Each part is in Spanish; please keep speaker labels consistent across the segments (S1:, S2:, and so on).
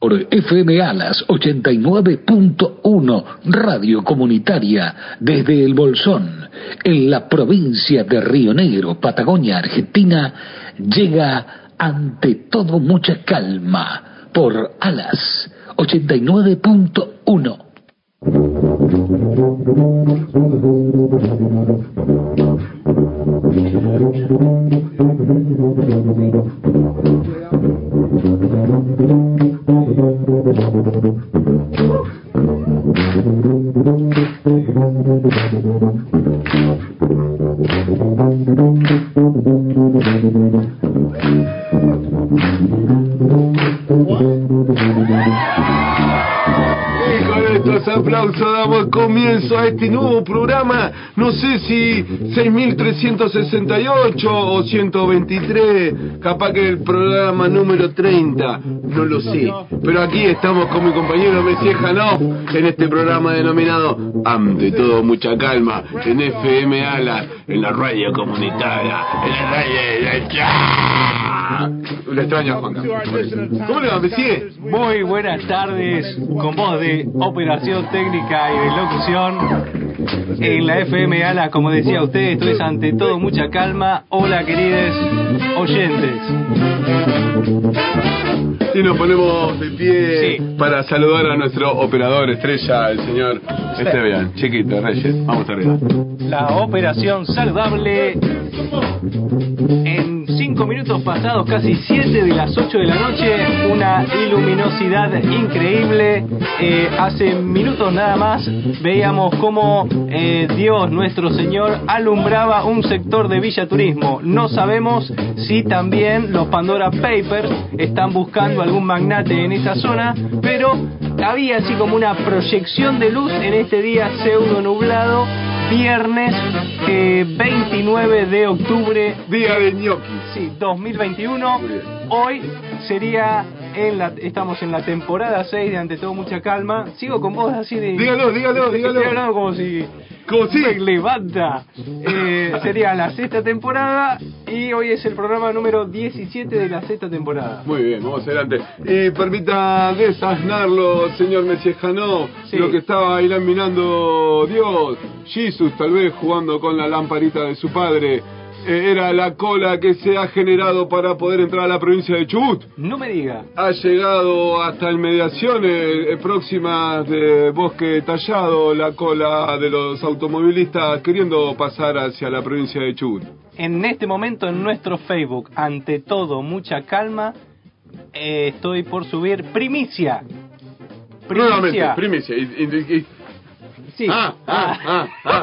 S1: por FM Alas 89.1 Radio Comunitaria desde El Bolsón, en la provincia de Río Negro, Patagonia, Argentina, llega ante todo mucha calma por Alas 89.1.
S2: Y con estos aplausos damos comienzo a este nuevo programa, no sé si 6.368 o 123, capaz que el programa número 30, no lo sé. Pero aquí estamos con mi compañero Messier Janov en este programa denominado Ante todo mucha calma, en FM Alas, en la radio comunitaria, en la radio de la ¡Ah! Lo extraño a Juanca. ¿Cómo le va, Messier?
S3: Muy buenas tardes, con voz de operación técnica y de locución en la FM ALA, como decía usted, esto es ante todo mucha calma. Hola queridos oyentes.
S2: Y nos ponemos de pie
S3: Sí.
S2: para saludar a nuestro operador estrella, el señor Esteban, chiquito, Reyes. Vamos arriba.
S3: La operación saludable en 5 minutos pasados, casi 7 de las 8 de la noche, una iluminosidad increíble. Eh, hace minutos nada más veíamos cómo eh, Dios nuestro Señor alumbraba un sector de Villa Turismo. No sabemos si también los Pandora Papers están buscando algún magnate en esa zona, pero había así como una proyección de luz en este día pseudo nublado. Viernes eh, 29 de octubre
S2: Día de ñoquis.
S3: Sí, 2021. Hoy sería en la estamos en la temporada 6 de ante todo mucha calma. Sigo con vos así de
S2: Dígalo, dígalo, dígalo.
S3: Estoy hablando como si
S2: Como si-
S3: me levanta. Eh, sería la sexta temporada y hoy es el programa número 17 de la sexta temporada.
S2: Muy bien, vamos adelante. Y permita desasnarlo, señor Mesejano,
S3: Sí.
S2: lo que estaba ahí laminando Dios. Jesus, tal vez jugando con la lamparita de su padre. Eh, era la cola que se ha generado para poder entrar a la provincia de Chubut.
S3: No me diga.
S2: Ha llegado hasta en mediaciones eh, próximas de Bosque Tallado la cola de los automovilistas queriendo pasar hacia la provincia de Chubut.
S3: En este momento en nuestro Facebook, ante todo mucha calma, eh, estoy por subir primicia.
S2: Nuevamente, primicia. Y- y- y-
S3: Sí.
S2: Ah, ah, ah, ah.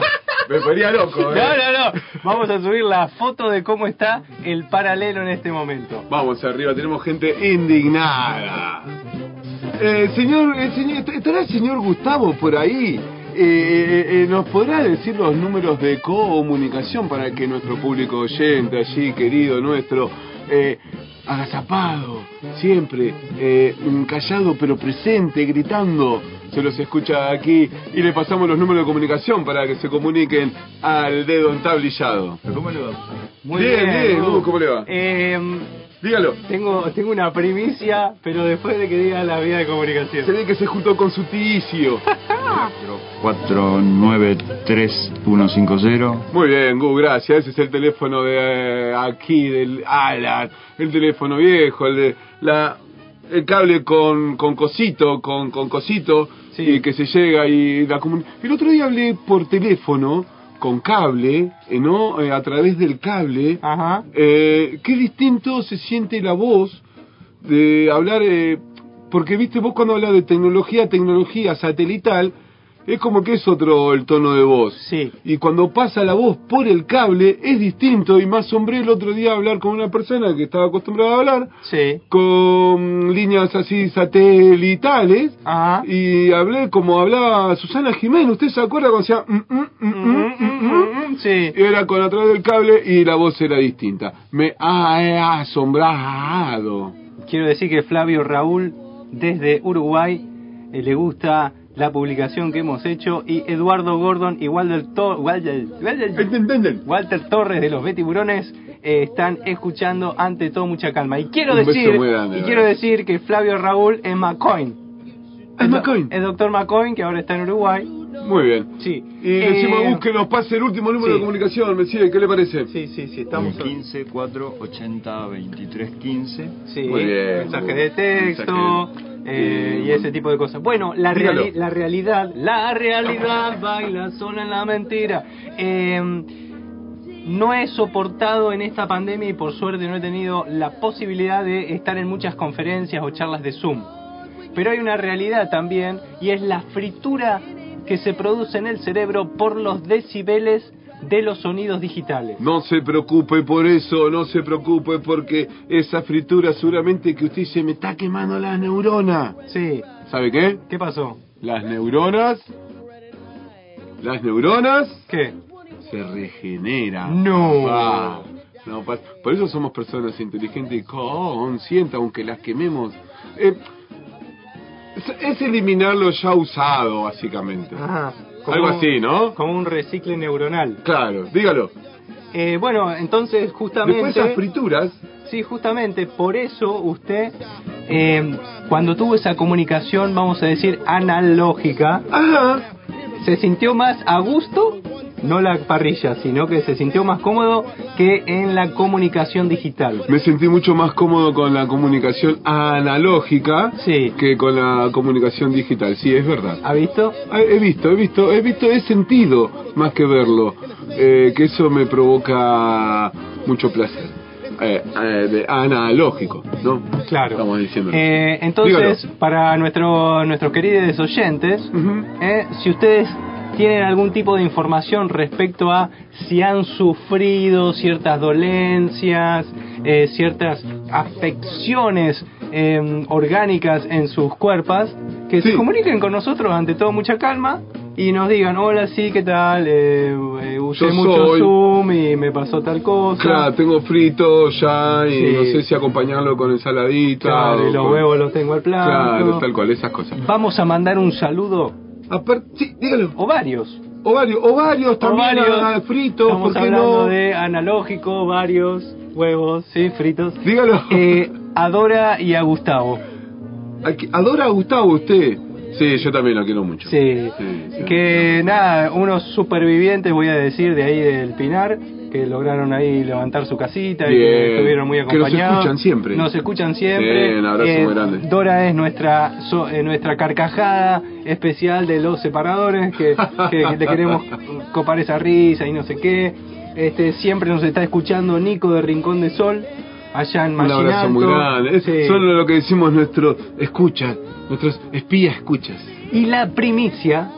S2: Me ponía loco,
S3: No,
S2: eh.
S3: no, no. Vamos a subir la foto de cómo está el paralelo en este momento.
S2: Vamos arriba, tenemos gente indignada. Eh, señor, eh, señor, ¿est- ¿estará el señor Gustavo por ahí? Eh, eh, eh, ¿Nos podrá decir los números de comunicación para que nuestro público oyente allí, querido nuestro, eh, agazapado, siempre, eh, mm, callado pero presente, gritando, se los escucha aquí y le pasamos los números de comunicación para que se comuniquen al dedo entablillado?
S4: ¿Cómo le va?
S3: Muy
S2: Bien,
S3: bien.
S2: bien,
S3: Hugo.
S2: Hugo, ¿cómo le va?
S3: Eh,
S2: Dígalo.
S3: tengo, tengo una primicia, pero después de que diga la vía de
S2: Se
S3: comunicación.
S2: ve que se juntó con su ticio.
S4: 493150.
S2: Muy bien, Gu, gracias. Ese es el teléfono de eh, aquí, del Alan. El teléfono viejo, el de la el cable con, con cosito, con, con cosito,
S3: Sí.
S2: y que se llega y la comun- El otro día hablé por teléfono con cable, eh, ¿no? Eh, a través del cable.
S3: Ajá.
S2: Eh, qué distinto se siente la voz de hablar, eh, porque viste vos cuando hablas de tecnología, tecnología satelital, es como que es otro el tono de voz.
S3: Sí.
S2: Y cuando pasa la voz por el cable es distinto y más sombré el otro día hablar con una persona que estaba acostumbrada a hablar
S3: Sí.
S2: con líneas así satelitales
S3: Ajá.
S2: y hablé como hablaba Susana Jiménez, ¿usted se acuerda cuando decía "Mm, mm, mm, mm, mm, mm"?
S3: Mm, mm, Sí.
S2: era con a través del cable y la voz era distinta. Me ha asombrado.
S3: Quiero decir que Flavio Raúl, desde Uruguay, eh, le gusta la publicación que hemos hecho y Eduardo Gordon y Walter, To- Walter- Walter-
S2: ¿Entienden?
S3: Walter Torres de los B Tiburones eh, están escuchando ante todo mucha calma. Y quiero
S2: Un beso
S3: decir,
S2: muy grande,
S3: y quiero
S2: gracias.
S3: decir que Flavio Raúl es McCoin.
S2: Es McCoin.
S3: El doctor McCoin, que ahora está en Uruguay.
S2: Muy bien.
S3: Sí.
S2: Y decimos
S3: Eh,
S2: a Gus que nos pase el último número de
S3: sí.
S2: comunicación, Messi, ¿qué le parece?
S3: Sí, sí, sí, estamos.
S4: 15 4 80 23 15
S3: Sí,
S2: Muy bien.
S3: mensaje de texto
S2: Mensaje.
S3: eh, y
S2: Bien.
S3: ese tipo de cosas. Bueno, la,
S2: Dígalo.
S3: reali- la realidad, la realidad baila sola en la mentira. Eh, no he soportado en esta pandemia y por suerte no he tenido la posibilidad de estar en muchas conferencias o charlas de Zoom. Pero hay una realidad también y es la fritura que se produce en el cerebro por los decibeles de los sonidos digitales.
S2: No se preocupe por eso, no se preocupe porque esa fritura seguramente que usted se me está quemando las neuronas.
S3: Sí,
S2: ¿Sabe qué?
S3: ¿qué pasó?
S2: Las neuronas, las neuronas
S3: ¿Qué?
S2: se regeneran.
S3: No.
S2: Ah, no, pa- por eso somos personas inteligentes y conscientes, aunque las quememos. Eh, es- es eliminar lo ya usado, básicamente.
S3: Ajá.
S2: Algo así, ¿no?
S3: Ah, Como un recicle neuronal.
S2: Claro, dígalo.
S3: Eh, bueno, entonces
S2: Después esas
S3: justamente,
S2: frituras,
S3: sí, justamente por eso usted eh, cuando tuvo esa comunicación, vamos a decir analógica,
S2: ajá,
S3: se sintió más a gusto, no la parrilla, sino que se sintió más cómodo que en la comunicación digital.
S2: Me sentí mucho más cómodo con la comunicación analógica
S3: Sí.
S2: que con la comunicación digital. Sí, es verdad.
S3: ¿Ha visto?
S2: Ah, He visto, he visto, he visto, he sentido más que verlo, eh, que eso me provoca mucho placer. Eh, eh, de- analógico, ¿no?
S3: Claro.
S2: Estamos diciendo.
S3: Eh, entonces, para nuestro, nuestros queridos oyentes,
S2: Ujú.
S3: eh, si ustedes tienen algún tipo de información respecto a si han sufrido ciertas dolencias, eh, ciertas afecciones eh, orgánicas en sus cuerpos, que
S2: Sí.
S3: se comuniquen con nosotros ante todo mucha calma y nos digan, hola, sí, ¿qué tal? Eh, eh, usé
S2: Yo
S3: mucho
S2: soy-
S3: Zoom y me pasó tal cosa.
S2: Claro, tengo frito ya y
S3: Sí.
S2: no sé si acompañarlo con ensaladita.
S3: Claro,
S2: o
S3: y los
S2: con-
S3: huevos los tengo al plato.
S2: pues. Claro, tal cual, esas cosas.
S3: Vamos a mandar un saludo,
S2: Aparte, sí, dígalo.
S3: o varios.
S2: Ovarios, ovarios también,
S3: Ovarios.
S2: ah, fritos, ¿por
S3: Estamos
S2: qué
S3: hablando
S2: no?
S3: de analógico, varios huevos, sí, fritos.
S2: Dígalo.
S3: Eh, a Dora y a Gustavo.
S2: ¿A qui- Adora a Gustavo usted. Sí, yo también lo quiero mucho.
S3: Sí.
S2: Sí, sí.
S3: Que nada, unos supervivientes, voy a decir, de ahí del Pinar, que lograron ahí levantar su casita y
S2: Bien.
S3: que estuvieron muy
S2: Que nos
S3: acompañados.
S2: escuchan siempre.
S3: Nos escuchan siempre. Eh,
S2: Bien, abrazo muy grande.
S3: Dora es nuestra so- eh, nuestra carcajada especial de los separadores, que, que- que le queremos copar esa risa y no sé qué. Este, siempre nos está escuchando Nico de Rincón de Sol, allá en
S2: Un
S3: Machinato.
S2: abrazo muy grande. Es
S3: Sí.
S2: solo lo que decimos nuestros escuchas, nuestros espías escuchas.
S3: Y la primicia,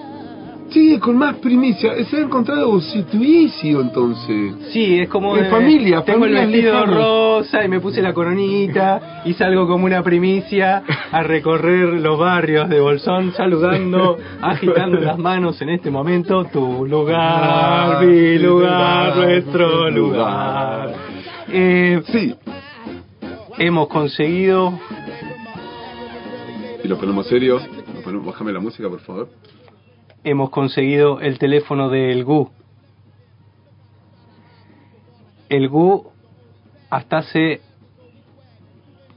S2: Sí, con más primicia. Eh, Se ha encontrado un sitio entonces.
S3: Sí, es como
S2: En
S3: de-
S2: familia,
S3: tengo el
S2: familias
S3: vestido
S2: lejanas.
S3: rosa y me puse la coronita y salgo como una primicia a recorrer los barrios de Bolsón saludando, agitando las manos en este momento tu lugar, mi lugar, nuestro lugar. Eh,
S2: Sí.
S3: hemos conseguido
S2: Y lo ponemos serio. Lo ponemos- Bájame la música, por favor.
S3: hemos conseguido el teléfono del GU. El GU hasta hace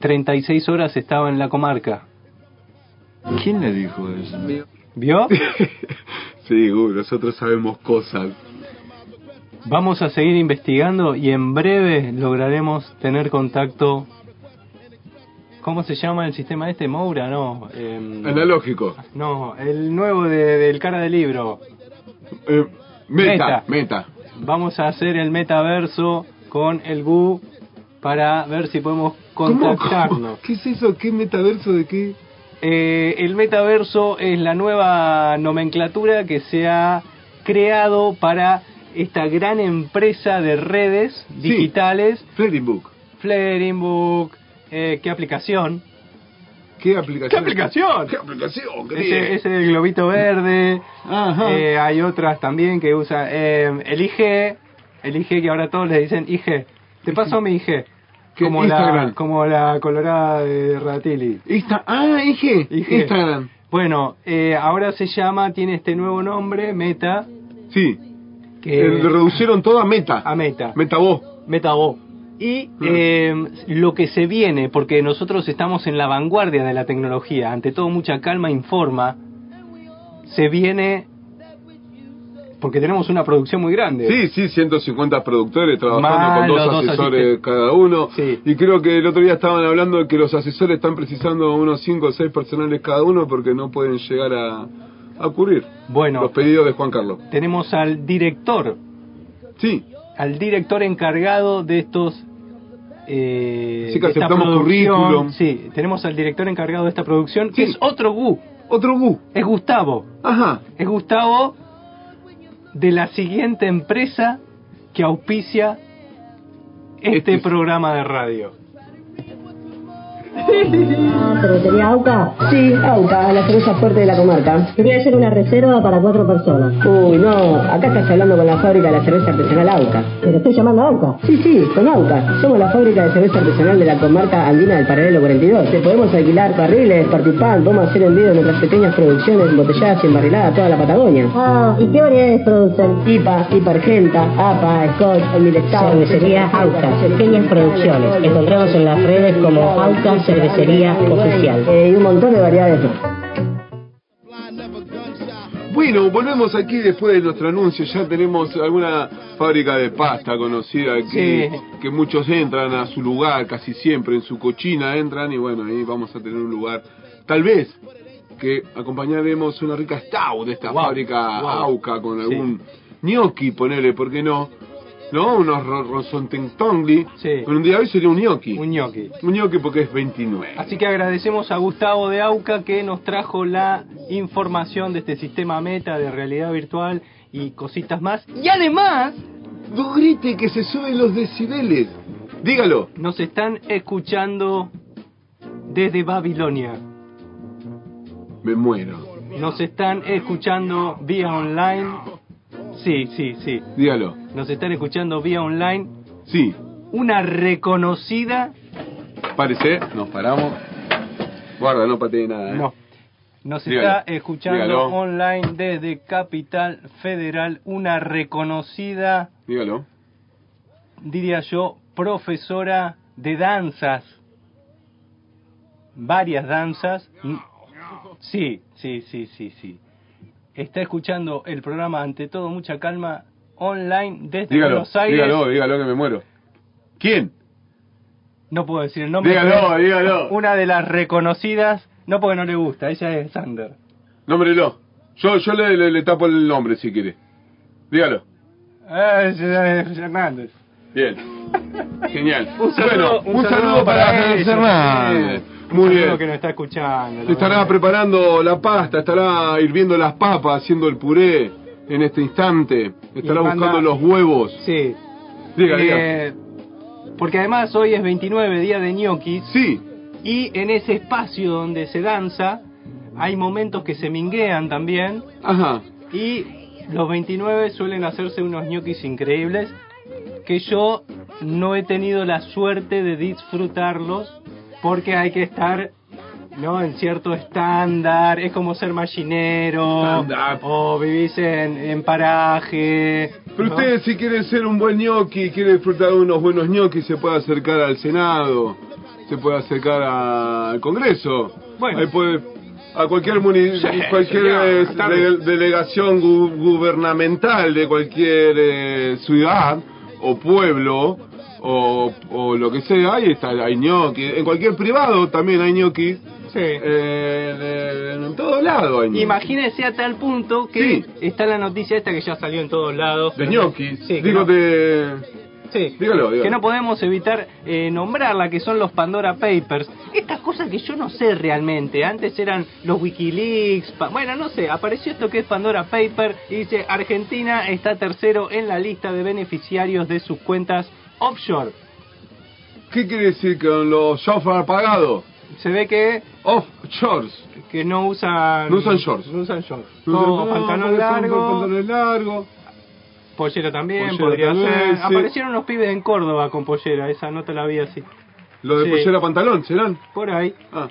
S3: 36 horas estaba en la comarca.
S4: ¿Quién le dijo eso?
S3: ¿Vio?
S2: sí, Gu, nosotros sabemos cosas.
S3: Vamos a seguir investigando y en breve lograremos tener contacto. ¿Cómo se llama el sistema este? Moura, no. em,
S2: Analógico.
S3: no, el nuevo de- del cara del libro.
S2: Eh, meta,
S3: Meta.
S2: meta.
S3: Vamos a hacer el metaverso con el GU para ver si podemos
S2: ¿Cómo?
S3: contactarnos.
S2: ¿Qué es eso? ¿Qué metaverso de qué?
S3: Eh, el metaverso es la nueva nomenclatura que se ha creado para esta gran empresa de redes
S2: Sí.
S3: digitales,
S2: Fledding Book.
S3: Flaringbook, eh, ¿qué aplicación?
S2: ¿Qué aplicación?
S3: ¿Qué aplicación?
S2: ¿Qué aplicación? ¿Qué
S3: Ese, ese del globito verde,
S2: eh. Ajá.
S3: eh, hay otras también que usan eh, el IG, el IG que ahora todos le dicen IG, te paso mi IG,
S2: ¿Qué?
S3: como
S2: Instagram.
S3: la, como la colorada de Ratili.
S2: Insta- ah, IG.
S3: IG.
S2: Instagram.
S3: Bueno, eh, ahora se llama, tiene este nuevo nombre, Meta,
S2: Sí.
S3: que
S2: Eh, le reducieron todo a meta.
S3: Eh, a Meta,
S2: Meta vos.
S3: Meta Bo. y
S2: Mm.
S3: eh, lo que se viene, porque nosotros estamos en la vanguardia de la tecnología, ante todo mucha calma informa, se viene porque tenemos una producción muy grande.
S2: Sí, sí, 150 productores trabajando
S3: Más
S2: con dos
S3: los dos
S2: asesores
S3: asistentes.
S2: cada uno.
S3: Sí.
S2: Y creo que el otro día estaban hablando de que los asesores están precisando unos 5 o 6 personales cada uno porque no pueden llegar a, a cubrir
S3: Bueno,
S2: los pedidos de Juan Carlos.
S3: tenemos al director,
S2: Sí,
S3: al director encargado de estos. Eh,
S2: Sí, que
S3: de esta
S2: aceptamos
S3: producción.
S2: currículum.
S3: Sí, tenemos al director encargado de esta producción, que
S2: Sí.
S3: es otro Gu,
S2: otro Gu.
S3: es Gustavo.
S2: Ajá.
S3: Es Gustavo de la siguiente empresa que auspicia este,
S2: Este es-
S3: programa de radio.
S5: ¿Cervecería AUCA? Sí, AUCA, la cerveza fuerte de la comarca. Quería hacer una reserva para cuatro personas. Uy, no, acá estás hablando con la fábrica de la cerveza artesanal AUCA. ¿Pero estoy llamando a AUCA? Sí, sí, con AUCA. Somos la fábrica de cerveza artesanal de la comarca andina del Paralelo 42. Te podemos alquilar carriles, participar, vamos a hacer envío de nuestras pequeñas producciones embotelladas y embarriladas a toda la Patagonia. Ah, ¿y qué variedades producen? IPA, IPA Argenta, APA, Scotch, Omilestado.
S6: Cervecería Auca, pequeñas producciones. Encontramos en las redes como Auca Cervecería Oficial.
S5: Eh, y un montón de variedades más.
S2: Bueno, volvemos aquí después de nuestro anuncio. Ya tenemos alguna fábrica de pasta conocida que,
S3: Sí.
S2: que muchos entran a su lugar casi siempre, en su cochina entran y bueno, ahí vamos a tener un lugar. Tal vez que acompañaremos una rica stout de esta
S3: Wow,
S2: fábrica
S3: wow.
S2: Auca con
S3: Sí.
S2: algún gnocchi, ponele, ¿por qué no? ¿No? Unos ro- rosontentongli.
S3: Sí.
S2: Pero un día hoy sería un gnocchi.
S3: Un
S2: Un,
S3: ñoqui.
S2: gnocchi porque es 29.
S3: Así que agradecemos a Gustavo de AUCA que nos trajo la información de este sistema meta de realidad virtual y cositas más. Y además
S2: No grite que se suben los decibeles. Dígalo.
S3: nos están escuchando desde Babilonia.
S2: Me muero.
S3: Nos están escuchando vía online. Sí, sí, sí.
S2: Dígalo.
S3: Nos están escuchando vía online.
S2: Sí,
S3: Una reconocida
S2: parece, nos paramos. Guarda, no patee nada. ¿eh?
S3: No. Nos
S2: Dígalo.
S3: está escuchando
S2: Dígalo.
S3: online desde Capital Federal una reconocida,
S2: Dígalo.
S3: diría yo, profesora de danzas. Varias danzas. Sí, sí, sí, sí, sí. Está escuchando el programa Ante todo mucha calma online desde
S2: Dígalo.
S3: Este Buenos Aires.
S2: Dígalo, dígalo que me muero. ¿Quién?
S3: No puedo decir el nombre.
S2: Dígalo,
S3: pero es
S2: dígalo.
S3: Una de las reconocidas, no porque no le gusta, ella es Sander.
S2: Nómbrelo. Yo, yo le, le- le tapo el nombre si quiere. Dígalo.
S3: Eh, Hernández.
S2: Bien. Genial.
S3: Un saludo-
S2: bueno, un, saludo, para
S3: ella,
S2: Fernández.
S3: sí.
S2: Muy
S3: Un saludo
S2: bien.
S3: que nos está escuchando. la
S2: Se estará
S3: verdad.
S2: preparando la pasta, estará hirviendo las papas, haciendo el puré en este instante. Estará
S3: Y manda-
S2: buscando los huevos.
S3: Sí.
S2: Diga, diga.
S3: Eh, porque además hoy es 29, día de ñoquis,
S2: Sí,
S3: y en ese espacio donde se danza hay momentos que se minguean también,
S2: ajá.
S3: y los 29 suelen hacerse unos ñoquis increíbles que yo no he tenido la suerte de disfrutarlos porque hay que estar no en cierto estándar es como ser machinero
S2: Estándar.
S3: o vivís en, en paraje
S2: Pero
S3: ¿no?
S2: ustedes si quieren ser un buen ñoqui, quieren disfrutar de unos buenos ñoquis, se puede acercar al Senado, se puede acercar a- al Congreso,
S3: Bueno.
S2: Ahí puede- a cualquier muni- cualquier
S3: señor,
S2: eh,
S3: buenas tardes.
S2: dele- delegación gu- gubernamental de cualquier eh, ciudad o pueblo o, o lo que sea, ahí está, hay ñoqui, en cualquier privado también hay ñoquis,
S3: Sí.
S2: Eh, en, en todo lado hay ñoquis.
S3: Imagínense a tal punto que
S2: Sí.
S3: está la noticia esta que ya salió en todos lados.
S2: De ñoquis,
S3: Sí, que
S2: digo
S3: no-
S2: de...
S3: sí,
S2: dígalo, dígalo.
S3: que no podemos evitar eh, nombrarla, que son los Pandora Papers. Estas cosas que yo no sé realmente. Antes eran los Wikileaks. pa- bueno, no sé. Apareció esto que es Pandora Paper y dice Argentina está tercero en la lista de beneficiarios de sus cuentas offshore.
S2: ¿Qué quiere decir con los software pagados?
S3: Se ve que,
S2: Offshores.
S3: que no usan...
S2: No usan shorts.
S3: No usan shorts. No, pantalón
S2: porque son con
S3: largo.
S2: Pantalón largo.
S3: Pollera también,
S2: Pollera
S3: podría
S2: también,
S3: ser.
S2: sí.
S3: Aparecieron unos pibes en Córdoba con pollera, esa no te la vi así.
S2: Lo de
S3: Sí.
S2: pollera pantalón, ¿serán?
S3: Por ahí.
S2: Ah,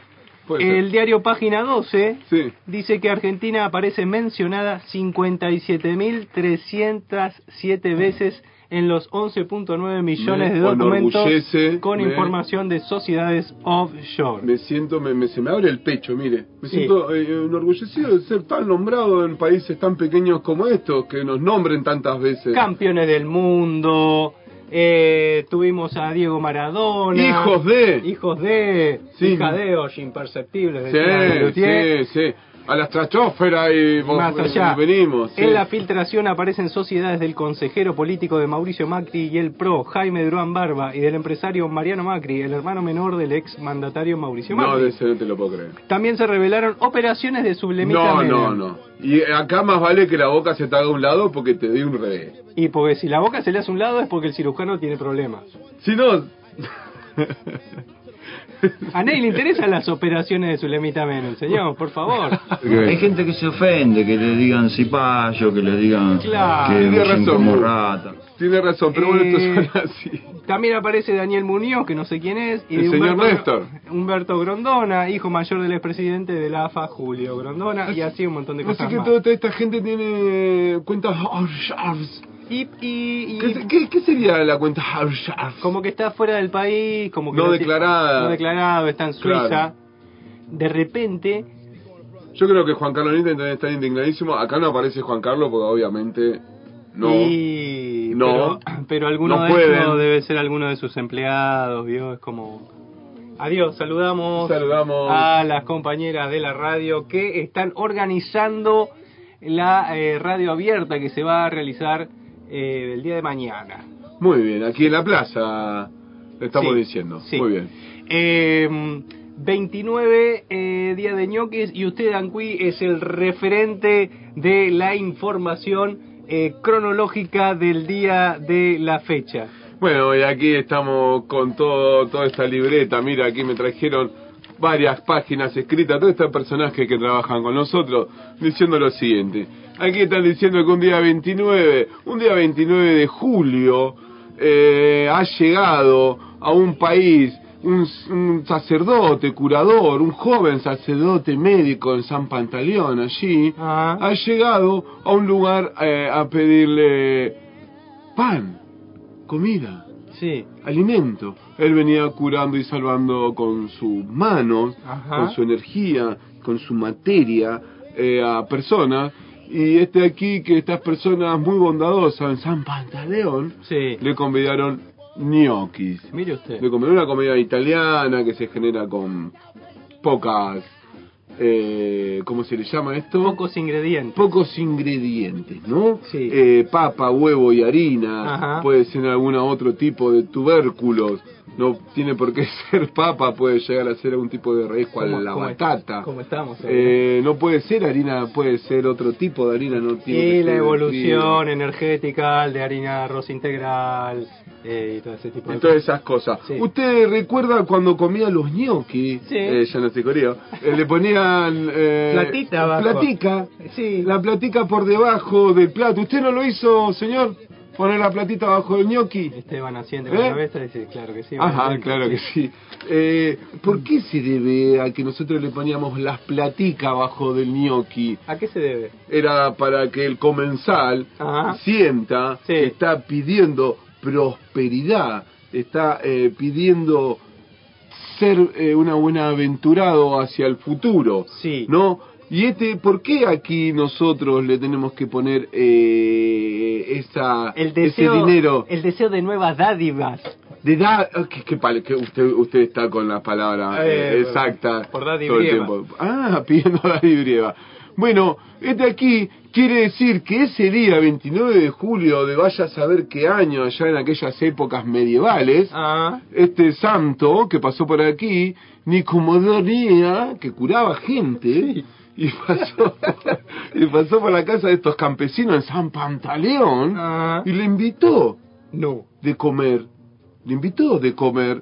S2: puede
S3: El diario Página 12
S2: ser. Sí.
S3: dice que Argentina aparece mencionada 57.307 veces en los 11.9 millones
S2: Me
S3: de documentos
S2: enorgullece,
S3: con
S2: me-
S3: información de sociedades offshore.
S2: Me siento, me, me- se me abre el pecho, mire. Me
S3: Sí.
S2: siento eh, enorgullecido de ser tan nombrado en países tan pequeños como estos, que nos nombren tantas veces.
S3: Campeones del mundo, eh, tuvimos a Diego Maradona.
S2: Hijos de.
S3: Hijos de.
S2: Sí.
S3: Hijadeos imperceptibles.
S2: Sí,
S3: decía Lelutier.
S2: sí, sí. A la trachósfera y vos-
S3: Más allá.
S2: y eh, venimos. sí.
S3: En la filtración aparecen sociedades del consejero político de Mauricio Macri y el PRO, Jaime Durán Barba, y del empresario Mariano Macri, el hermano menor del ex mandatario Mauricio
S2: No,
S3: Macri.
S2: de ese no te lo puedo creer.
S3: También se revelaron operaciones de sublemita
S2: No,
S3: Menem.
S2: no, no. Y acá más vale que la boca se te haga a un lado porque te di un revés.
S3: Y porque si la boca se le hace a un lado es porque el cirujano tiene problemas.
S2: Si no.
S3: A nadie le interesan las operaciones de Zulemita Menem, señor, por favor.
S4: Hay gente que se ofende, que le digan cipayo, que le digan
S3: Claro.
S4: que
S2: Tiene
S4: usen
S2: razón.
S4: como rata.
S2: Tiene razón, pero bueno,
S3: Eh,
S2: esto suena así.
S3: También aparece Daniel Muñoz, que no sé quién es, y
S2: El
S3: de
S2: señor
S3: Humberto,
S2: Néstor.
S3: Humberto Grondona, hijo mayor del expresidente de la AFA, Julio Grondona, y así un montón de
S2: No sé
S3: cosas
S2: que
S3: más.
S2: toda esta- esta gente tiene cuentas Arshars.
S3: Y, y- y
S2: ¿Qué, qué, qué sería la cuenta Arshars?
S3: como que está fuera del país, como que
S2: No
S3: ti-
S2: declarada.
S3: no declarado, está en Suiza.
S2: Claro.
S3: De repente,
S2: Yo creo que Juan Carlos Nita debe estar indignadísimo. Acá no aparece Juan Carlos porque obviamente no.
S3: y-
S2: No.
S3: pero, pero alguno
S2: No
S3: de
S2: pueden.
S3: ellos debe ser alguno de sus empleados, vio, es como Adiós, saludamos,
S2: Saludamos.
S3: a las compañeras de la radio que están organizando la eh, radio abierta que se va a realizar eh, el día de mañana.
S2: Muy bien, aquí en la plaza le estamos
S3: Sí,
S2: diciendo.
S3: sí.
S2: Muy bien.
S3: Eh, 29 eh, Día de Ñoquis y usted, Ancuí, es el referente de la información eh, cronológica del día de la fecha.
S2: Bueno, y aquí estamos con todo toda esta libreta. Mira, aquí me trajeron varias páginas escritas, todos estos personajes que trabajan con nosotros, diciendo lo siguiente. Aquí están diciendo que un día 29, un día 29 de julio, eh, ha llegado a un país un, un sacerdote, curador, un joven sacerdote médico en San Pantaleón, allí,
S3: Ah.
S2: ha llegado a un lugar eh, a pedirle pan, comida,
S3: Sí,
S2: alimento. Él venía curando y salvando con sus manos,
S3: Ajá.
S2: con su energía, con su materia eh, a personas. Y este aquí, que estas personas muy bondadosas en San Pantaleón,
S3: sí.
S2: le convidaron gnocchis.
S3: Mire usted.
S2: Le convidaron una comida italiana que se genera con pocas... Eh, ¿Cómo se le llama esto?
S3: Pocos ingredientes.
S2: pocos ingredientes, ¿no?
S3: Sí.
S2: Eh, papa, huevo y harina,
S3: Ajá.
S2: puede ser algún otro tipo de tubérculos, no tiene por qué ser papa, puede llegar a ser algún tipo de raíz cual la batata.
S3: Como estamos. ahora.
S2: Eh, no puede ser harina, puede ser otro tipo de harina, no tiene que
S3: y la
S2: ser
S3: evolución energética de harina de arroz integral eh, y todo ese tipo de
S2: Y todas esas cosas.
S3: Sí.
S2: ¿Usted recuerda cuando comía los gnocchi?
S3: Sí.
S2: Eh, ya no estoy corrido. Eh, le ponían... eh,
S3: Platita abajo.
S2: Platica.
S3: cosas. Sí,
S2: La platica por debajo del plato. ¿Usted no lo hizo, señor? Poner la platita bajo el gnocchi.
S3: Esteban asiente con
S2: ¿Eh?
S3: la cabeza y dice, claro que sí.
S2: Ajá,
S3: bueno,
S2: claro que sí. Eh, ¿Por qué se debe a que nosotros le poníamos las platicas bajo del gnocchi?
S3: ¿A qué se debe?
S2: Era para que el comensal
S3: Ajá.
S2: sienta
S3: Ah. Sí.
S2: que está pidiendo prosperidad, está eh, pidiendo ser eh, un buenaventurado hacia el futuro.
S3: Sí.
S2: ¿No? Y este, ¿por qué aquí nosotros le tenemos que poner eh, esa,
S3: El deseo,
S2: ese dinero
S3: El deseo de nuevas dádivas.
S2: de dar? ah, Que, que pal- que usted, usted está con las palabras
S3: Eh,
S2: eh, exactas
S3: por Daddy
S2: todo el
S3: Brieva.
S2: tiempo. Ah, pidiendo Daddy Brieva. Bueno, este aquí quiere decir que ese día, 29 de julio de vaya a saber qué año, allá en aquellas épocas medievales,
S3: Ah.
S2: este santo que pasó por aquí, Nicomodonia, que curaba gente, y, pasó, y pasó por la casa de estos campesinos en San Pantaleón,
S3: Ah.
S2: y le invitó
S3: No.
S2: de comer, le invitó de comer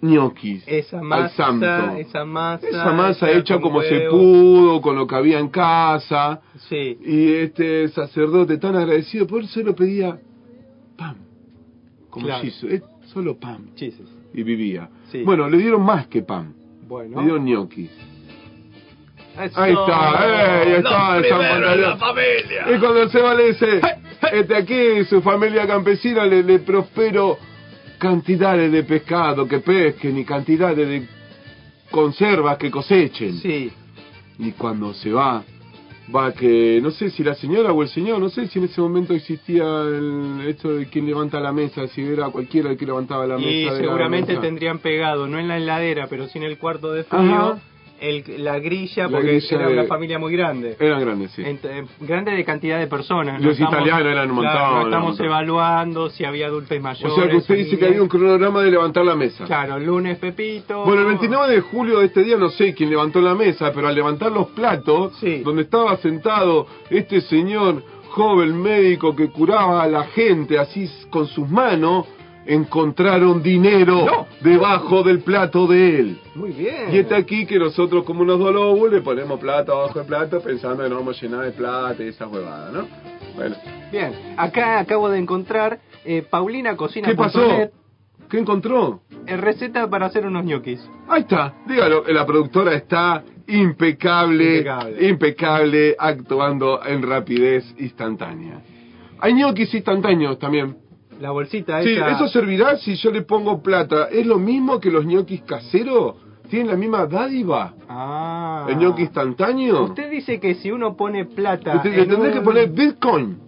S2: ñoquis
S3: Esa
S2: al santo.
S3: masa, esa masa.
S2: Esa masa hecha
S3: con
S2: como se
S3: huevo.
S2: pudo, con lo que había en casa,
S3: Sí.
S2: y este sacerdote tan agradecido por eso lo pedía pan, como
S3: Claro.
S2: Jesús, es solo pan
S3: Jesus.
S2: y vivía.
S3: Sí.
S2: Bueno, le dieron más que pan,
S3: Bueno.
S2: le dieron ñoquis.
S3: Eso.
S2: eh, Ahí está, eh, ahí está, el San Pantaleón. Y cuando el Seba le dice, "Hey, hey", Este aquí, su familia campesina le, le prospero cantidades de pescado que pesquen y cantidades de conservas que cosechen.
S3: Sí.
S2: Y cuando se va, va que no sé si la señora o el señor, no sé si en ese momento existía el, esto de quien levanta la mesa, si era cualquiera el que levantaba la mesa. de
S3: Y
S2: la
S3: seguramente
S2: mesa.
S3: tendrían pegado, no en la heladera, pero sí en el cuarto de frío,
S2: Ajá.
S3: el, la grilla,
S2: La
S3: porque
S2: grilla
S3: era
S2: de-
S3: una familia muy grande.
S2: Eran grandes, sí.
S3: Ent- eh, grande de cantidad de personas.
S2: Los italianos eran un montón,
S3: claro, no
S2: eran un
S3: estamos
S2: montón.
S3: evaluando si había adultos mayores.
S2: O sea que usted dice que
S3: familias.
S2: había un cronograma de levantar la mesa.
S3: Claro, lunes Pepito.
S2: Bueno, el 29 de julio de este día no sé quién levantó la mesa, pero al levantar los platos,
S3: Sí.
S2: donde estaba sentado este señor joven médico que curaba a la gente así s- con sus manos, encontraron dinero
S3: No. Eh.
S2: debajo del plato de él.
S3: Muy bien.
S2: Y está aquí que nosotros como unos dolobos le ponemos plata abajo del plato pensando que nos vamos a llenar de plata y esas huevadas, ¿no? Bueno,
S3: Bien, acá acabo de encontrar eh, Paulina Cocina. eh,
S2: ¿qué pasó? ¿Qué encontró?
S3: receta para hacer unos ñoquis.
S2: Ahí está, dígalo, la productora está impecable, impecable,
S3: Impecable.
S2: actuando en rapidez instantánea. Hay ñoquis instantáneos también.
S3: La bolsita
S2: Sí,
S3: esa.
S2: eso servirá si yo le pongo plata. ¿Es lo mismo que los ñoquis caseros? ¿Tienen la misma dádiva?
S3: Ah.
S2: ¿El ñoqui instantáneo?
S3: Usted dice que si uno pone plata.
S2: Le te- le
S3: en
S2: tendré
S3: un-
S2: que poner Bitcoin.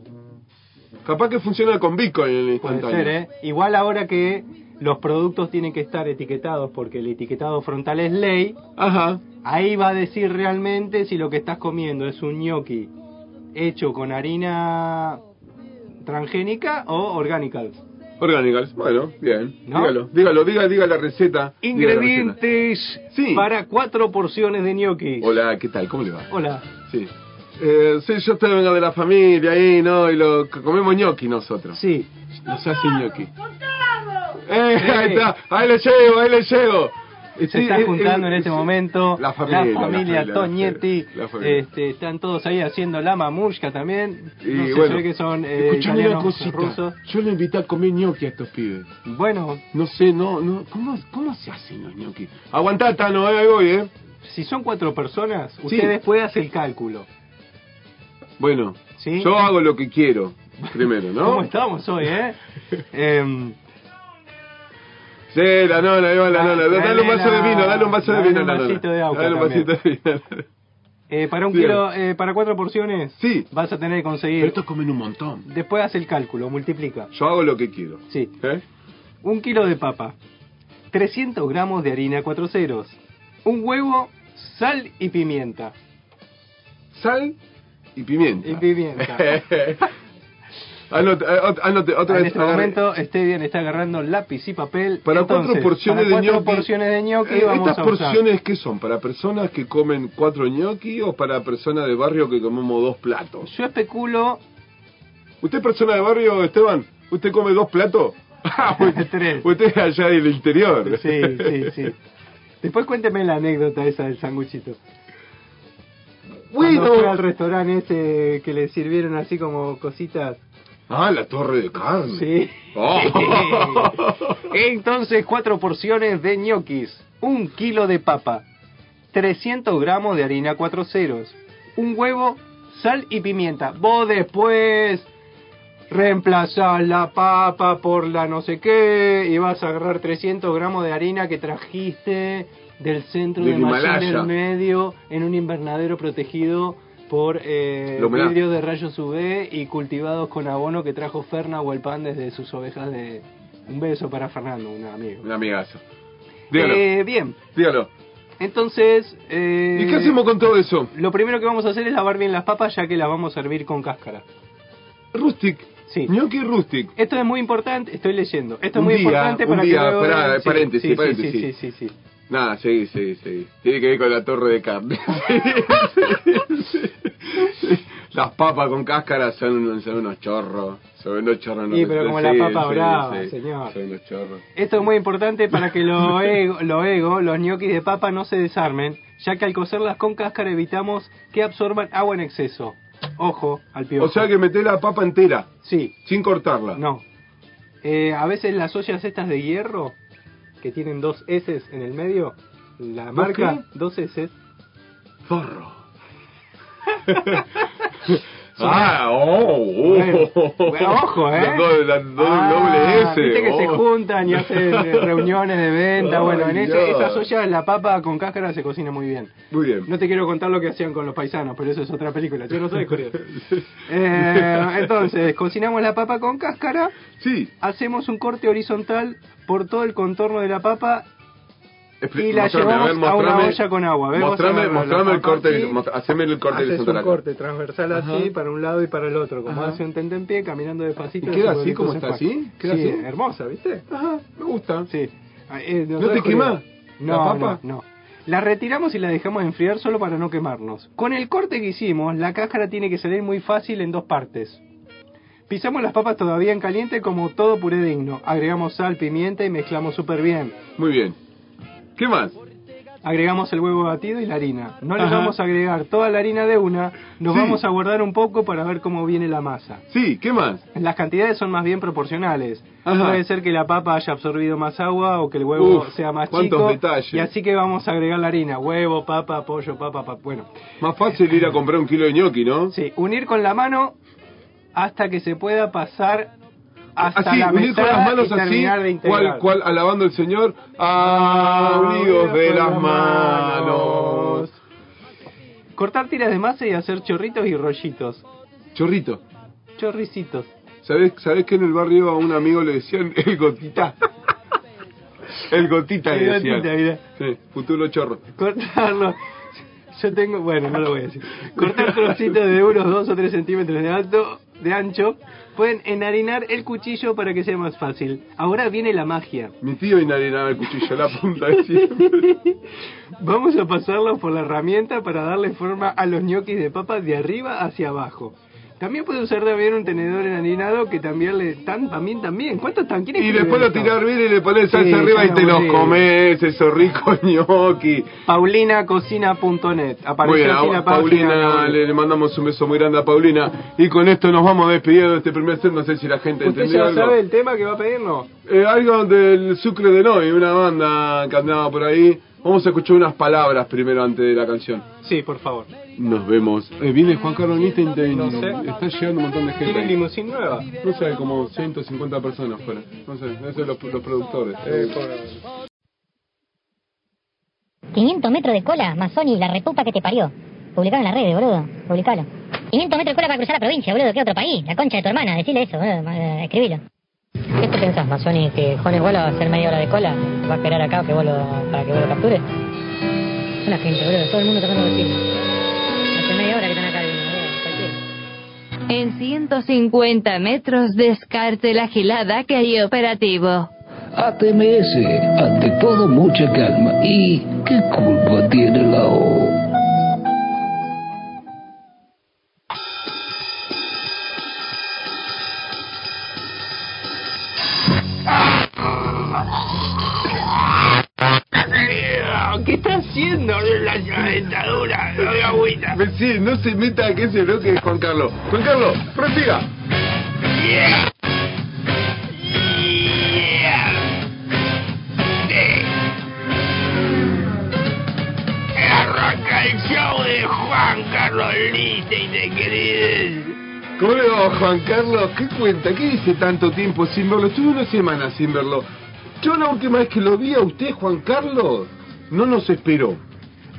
S2: Capaz que funciona con Bitcoin en el
S3: Puede
S2: instantáneo.
S3: ser, ¿eh? Igual ahora que los productos tienen que estar etiquetados porque el etiquetado frontal es ley,
S2: Ajá.
S3: ahí va a decir realmente si lo que estás comiendo es un gnocchi hecho con harina transgénica o orgánica.
S2: Organicals. Bueno, bien.
S3: ¿No?
S2: Dígalo, dígalo, diga, diga la receta. diga la receta.
S3: Ingredientes
S2: Sí.
S3: para cuatro porciones de gnocchi.
S2: Hola, ¿qué tal? ¿Cómo le va?
S3: Hola.
S2: Sí. Eh, sí, yo te vengo de la familia ahí, ¿no? Y lo c- comemos ñoqui nosotros.
S3: Sí.
S2: Nos hace ñoqui. Eh, ahí está, ahí le llego, ahí le llego. Eh,
S3: Se
S2: sí,
S3: está
S2: eh,
S3: juntando
S2: eh,
S3: en este
S2: sí.
S3: momento
S2: La familia, la
S3: familia
S2: familia,
S3: Toñetti,
S2: la familia.
S3: este, están todos ahí haciendo la mamushka también.
S2: Y
S3: no sé,
S2: bueno,
S3: se ve que son eh,
S2: Escuchame una
S3: italianos,
S2: cosita.
S3: rusos.
S2: Yo le invité a comer ñoqui a estos pibes.
S3: Bueno,
S2: No sé, no, no. ¿Cómo, cómo se hacen los ñoquis? Aguantá, Tano, eh, ahí voy, eh.
S3: si son cuatro personas,
S2: Sí.
S3: usted después hace el cálculo.
S2: Bueno,
S3: ¿Sí?
S2: yo hago lo que quiero primero, ¿no?
S3: ¿Cómo estamos hoy, eh? Em,
S2: Sí, la nona, ahí va la
S3: Da-
S2: nona. Dale un
S3: Ah, dale
S2: vaso de
S3: la-
S2: vino, dale un vaso de
S3: dale
S2: vino,
S3: un
S2: la nona.
S3: vasito de agua
S2: Dale un
S3: también.
S2: vasito de vino.
S3: eh, para un
S2: Bien.
S3: kilo, eh, para cuatro porciones,
S2: Sí.
S3: vas a tener que
S2: Pero
S3: conseguir.
S2: estos comen un montón.
S3: Después hace el cálculo, multiplica.
S2: Yo hago lo que quiero.
S3: Sí.
S2: ¿Eh?
S3: Un kilo de papa, 300 gramos de harina cuatro ceros, un huevo, sal y pimienta.
S2: Sal y pimienta.
S3: Y pimienta.
S2: anote, eh, ot- anote, otra
S3: en
S2: vez.
S3: este
S2: agarre.
S3: momento, Steven está agarrando lápiz y papel.
S2: Para
S3: Entonces,
S2: cuatro porciones
S3: para
S2: de
S3: cuatro
S2: ñoqui.
S3: porciones de ñoqui
S2: Eh,
S3: vamos
S2: ¿Estas
S3: a usar.
S2: porciones qué son? ¿Para personas que comen cuatro ñoqui o para personas de barrio que comemos dos platos?
S3: Yo especulo
S2: ¿Usted es persona de barrio, Esteban? ¿Usted come dos platos? Ah, usted-
S3: Tres.
S2: Usted es allá del interior.
S3: Sí, sí, sí. Después cuénteme la anécdota esa del sanguchito. Cuando fue al
S2: Bueno.
S3: restaurante ese que le sirvieron así como cositas.
S2: Ah, la torre de carne.
S3: Sí.
S2: Oh.
S3: Entonces, cuatro porciones de ñoquis, un kilo de papa, 300 gramos de harina cuatro ceros, un huevo, sal y pimienta. Vos después reemplazás la papa por la no sé qué y vas a agarrar 300 gramos de harina que trajiste del centro
S2: Del
S3: de Mallín
S2: Himalaya.
S3: del medio en un invernadero protegido por eh,
S2: La humedad.
S3: vidrio de rayos UV y cultivados con abono que trajo Ferna Huelpan desde sus ovejas de... Un beso para Fernando, un amigo.
S2: Un amigazo. Dígalo,
S3: Eh, bien,
S2: dígalo.
S3: entonces... eh,
S2: ¿Y qué hacemos con todo eso?
S3: Lo primero que vamos a hacer es lavar bien las papas ya que las vamos a servir con cáscara.
S2: Rustic.
S3: Sí.
S2: Gnocchi rustic.
S3: Esto es muy importante, estoy leyendo. Esto
S2: Un
S3: es muy
S2: día,
S3: importante
S2: un
S3: para
S2: día,
S3: que luego-
S2: pará,
S3: sí,
S2: paréntesis,
S3: sí, sí,
S2: paréntesis.
S3: sí, sí, sí, sí.
S2: Nada, seguí, seguí, seguí. Tiene que ver con la torre de carne. Las papas con cáscara son, son unos chorros. Son unos chorros.
S3: Sí, pero como la papa brava, señor.
S2: Son unos chorros.
S3: Esto es muy importante para que los ego, lo ego, los ñoquis de papa no se desarmen, ya que al cocerlas con cáscara evitamos que absorban agua en exceso. Ojo al piojo.
S2: O sea que meté la papa entera,
S3: Sí,
S2: sin cortarla.
S3: no. Eh, a veces las ollas estas de hierro, que tienen dos S en el medio, la
S2: ¿Dos
S3: marca, dos S,
S2: Zorro. Ah, oh, oh.
S3: Bueno, Eh, ojo, ¿eh?
S2: La do- la do- doble
S3: Ah,
S2: S.
S3: Viste que se
S2: oh.
S3: juntan y hacen eh, reuniones de venta.
S2: Ay,
S3: Bueno, en ese-
S2: Dios.
S3: esas ollas la papa con cáscara se cocina muy bien.
S2: Muy bien.
S3: No te quiero contar lo que hacían con los paisanos, pero eso es otra película. Yo no soy coreano. Eh, entonces, cocinamos la papa con cáscara,
S2: Sí.
S3: hacemos un corte horizontal por todo el contorno de la papa
S2: expli-
S3: y la
S2: mostrame,
S3: llevamos a,
S2: mostrame.
S3: una olla con agua. A ver, vos
S2: Mostrame,
S3: agarrá la
S2: mostrame el
S3: papa
S2: corte,
S3: aquí.
S2: mostra- haceme el corte
S3: Haces
S2: horizontal
S3: un
S2: acá.
S3: corte transversal así, para un lado y para el otro, como hace un tentempié caminando
S2: ¿Y
S3: despacito.
S2: queda
S3: sobre
S2: así
S3: el
S2: como está
S3: crucifijo.
S2: así? ¿Queda
S3: Sí,
S2: así?
S3: hermosa, ¿viste?
S2: Ajá, Ah, me gusta.
S3: Sí. Ah, eh,
S2: ¿No te
S3: es judío.
S2: quemás
S3: No,
S2: la papa?
S3: no, no. La retiramos y la dejamos enfriar solo para no quemarnos. Con el corte que hicimos, la cáscara tiene que salir muy fácil en dos partes. Pisamos las papas todavía en caliente como todo puré digno. Agregamos sal, pimienta y mezclamos súper bien.
S2: Muy bien. ¿Qué más?
S3: Agregamos el huevo batido y la harina. No les
S2: Ajá.
S3: vamos a agregar toda la harina de una, nos
S2: Sí.
S3: vamos a guardar un poco para ver cómo viene la masa.
S2: Sí, ¿qué más?
S3: Las cantidades son más bien proporcionales.
S2: Ajá.
S3: Puede ser que la papa haya absorbido más agua o que el huevo
S2: Uf,
S3: sea más
S2: cuántos
S3: chico.
S2: detalles.
S3: Y así que vamos a agregar la harina, huevo, papa, pollo, papa, pap- bueno.
S2: Más fácil ir a comprar un kilo de ñoqui, ¿no?
S3: Sí, unir con la mano hasta que se pueda pasar hasta
S2: así,
S3: la
S2: unir con
S3: mesada
S2: las manos
S3: y terminar de
S2: así,
S3: integrar.
S2: cual, cual, alabando al Señor, amigos de
S3: con
S2: las manos.
S3: Cortar tiras de masa y hacer chorritos y rollitos.
S2: Chorrito,
S3: Chorricitos.
S2: ¿sabés, ¿sabés que en el barrio a un amigo le decían el gotita? el gotita le
S3: El
S2: decían.
S3: gotita, mirá.
S2: Sí, futuro chorro.
S3: Cortarlo. Yo tengo, bueno, no lo voy a decir. Cortar trocitos de unos 2 o 3 centímetros de alto, de ancho. Pueden enharinar el cuchillo para que sea más fácil. Ahora viene la magia.
S2: Mi tío inarenaba el cuchillo, la punta de siempre.
S3: Vamos a pasarlo por la herramienta para darle forma a los ñoquis de papa de arriba hacia abajo. También puede usar también un tenedor enharinado que también le tan también también. ¿Cuántos tanquines?
S2: Y después lo tirás bien y le pones salsa
S3: Sí,
S2: arriba y
S3: ya
S2: te los
S3: volví.
S2: comes, esos ricos ñoqui.
S3: paulinacocina.net. Apareció
S2: Muy bien,
S3: aquí
S2: a-
S3: la página.
S2: Paulina, le, le mandamos un beso muy grande a Paulina. Y con esto nos vamos despidiendo de este primer set. No sé si la gente
S3: ¿Usted
S2: entendió
S3: ya
S2: algo.
S3: sabe el tema que va a pedirnos?
S2: Eh, algo del Sucre de Noy, una banda que andaba por ahí. Vamos a escuchar unas palabras primero antes de la canción.
S3: Sí, por favor.
S2: Nos vemos. Eh, viene Juan Carlos Nistein, te-
S3: No sé.
S2: está llegando un montón de gente.
S3: ¿Tiene
S2: ahí.
S3: limusín nueva?
S2: No sé, como 150 personas fuera. No sé, esos son los, los productores. Eh,
S6: 500 metros de cola, Mazzoni, la repupa que te parió. Publicalo en las redes, boludo. Publicalo. 500 metros de cola para cruzar la provincia, boludo. ¿Qué otro país? La concha de tu hermana. Decile eso, boludo. Eh, escribilo. ¿Qué te pensás, Mazzoni? ¿Que Jones Bola va a hacer media hora de cola? ¿Va a esperar acá que vos lo- para que vos lo captures? Una gente, boludo. Todo el mundo tocando los chiles. Hace media hora que están acá, boludo. Cualquiera.
S7: En 150 metros descarte la gilada que hay operativo.
S1: ATMS, ante todo mucha calma. ¿Y qué culpa tiene la O?
S3: ¿Qué está haciendo la dentadura? La agüita.
S2: sí, no se meta que ese bloque es Juan Carlos. Juan Carlos, prosiga.
S8: Arranca el show de Juan Carlos Lita y de queridos.
S2: ¿Cómo le va, Juan Carlos? ¿Qué cuenta? ¿Qué dice tanto tiempo sin verlo? Estuve una semana sin verlo. Yo la última vez que lo vi a usted, Juan Carlos, no nos esperó.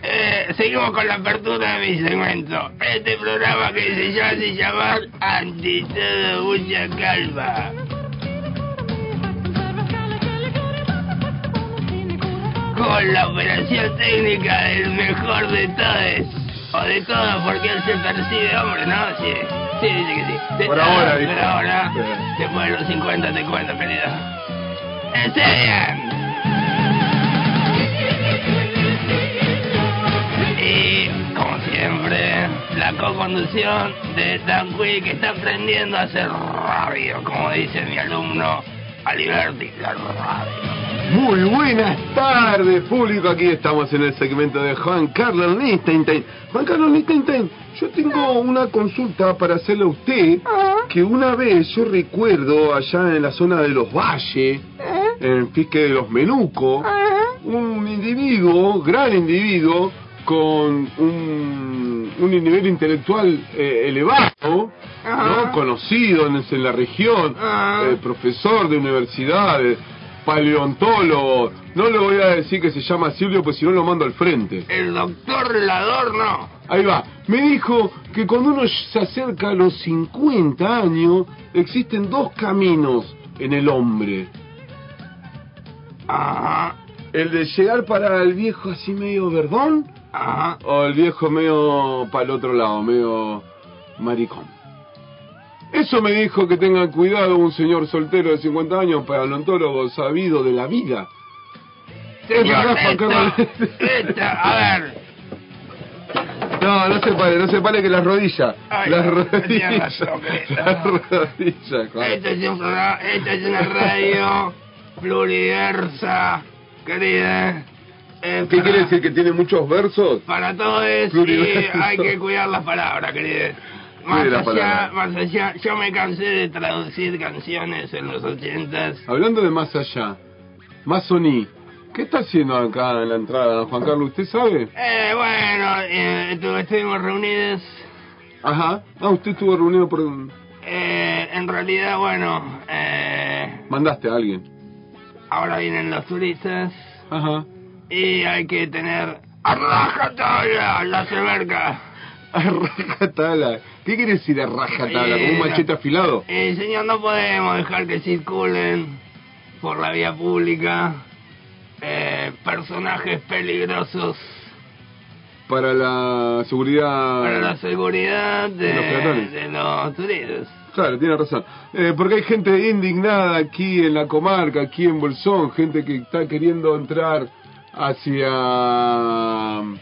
S8: Eh, seguimos con la apertura de mi segmento. Este programa que se llama- se llama Ante todo mucha calma. Con la operación técnica del mejor de todos. O de todos, porque él se percibe hombre, ¿no? Sí, sí, dice que sí. De
S2: Por
S8: todos,
S2: ahora, dijo.
S8: Por ahora.
S2: Sí.
S8: Después de los 50 te cuento, Este, eh. querido. ¡Esteban! Y como siempre, la co-conducción de Dan Quick que está aprendiendo a hacer radio, como dice mi alumno Aliberti, la radio.
S2: Muy buenas tardes, público. Aquí estamos en el segmento de Juan Carlos Lichtenstein. Juan Carlos Lichtenstein, yo tengo una consulta para hacerle a usted. Que una vez yo recuerdo allá en la zona de los Valles, en Pique de los Menucos,
S3: Ah.
S2: un individuo, gran individuo, con un, un nivel intelectual eh, elevado, ¿no?
S9: Ajá.
S2: conocido en, en la región,
S9: Ajá.
S2: eh, profesor de universidades, paleontólogo. No le voy a decir que se llama Silvio, pues si no lo mando al frente.
S3: El doctor Ladorno.
S2: Ahí va. Me dijo que cuando uno se acerca a los 50 años, existen dos caminos en el hombre.
S3: Ajá,
S2: El de llegar para el viejo así medio verdón,
S3: ajá.
S2: o el viejo medio para el otro lado, medio maricón. Eso me dijo que tengan cuidado un señor soltero de 50 años, paleontólogo sabido de la vida. Es verdad, Juan
S3: Señor,
S2: Carlos.
S3: esto, esto, a ver.
S2: No, no se pare, no se pare que las rodillas.
S3: Ay,
S2: las
S3: tenía
S2: rodillas.
S3: razón, que-
S2: Las rodillas, Juan.
S3: Esto es, un programa- esto es una radio pluriversa, querida. Eh,
S2: ¿Qué
S3: para-
S2: quiere decir? ¿Que tiene muchos versos?
S3: Para todo eso
S2: Pluriverso.
S3: hay que cuidar las palabras, querida. Más
S2: Cuide la
S3: allá,
S2: palabra.
S3: más allá, yo me cansé de traducir canciones en los ochentas.
S2: Hablando de más allá, Masoní, ¿qué está haciendo acá en la entrada, Juan Carlos? ¿Usted sabe?
S3: Eh, bueno, eh, tu- estuvimos reunidos.
S2: Ajá. Ah, usted estuvo reunido por...
S3: Eh, en realidad, bueno, eh,
S2: Mandaste a alguien.
S3: ahora vienen los turistas
S2: Ajá.
S3: y hay que tener arrajatobla la cerca.
S2: A rajatabla. ¿Qué quiere decir a rajatabla? ¿Con un machete afilado?
S3: Eh, señor, no podemos dejar que circulen por la vía pública eh, personajes peligrosos
S2: Para la seguridad...
S3: para la seguridad de,
S2: De los peatones.
S3: de los turistas.
S2: Claro, tiene razón. Eh, porque hay gente indignada aquí en la comarca, aquí en Bolsón, gente que está queriendo entrar hacia... mm,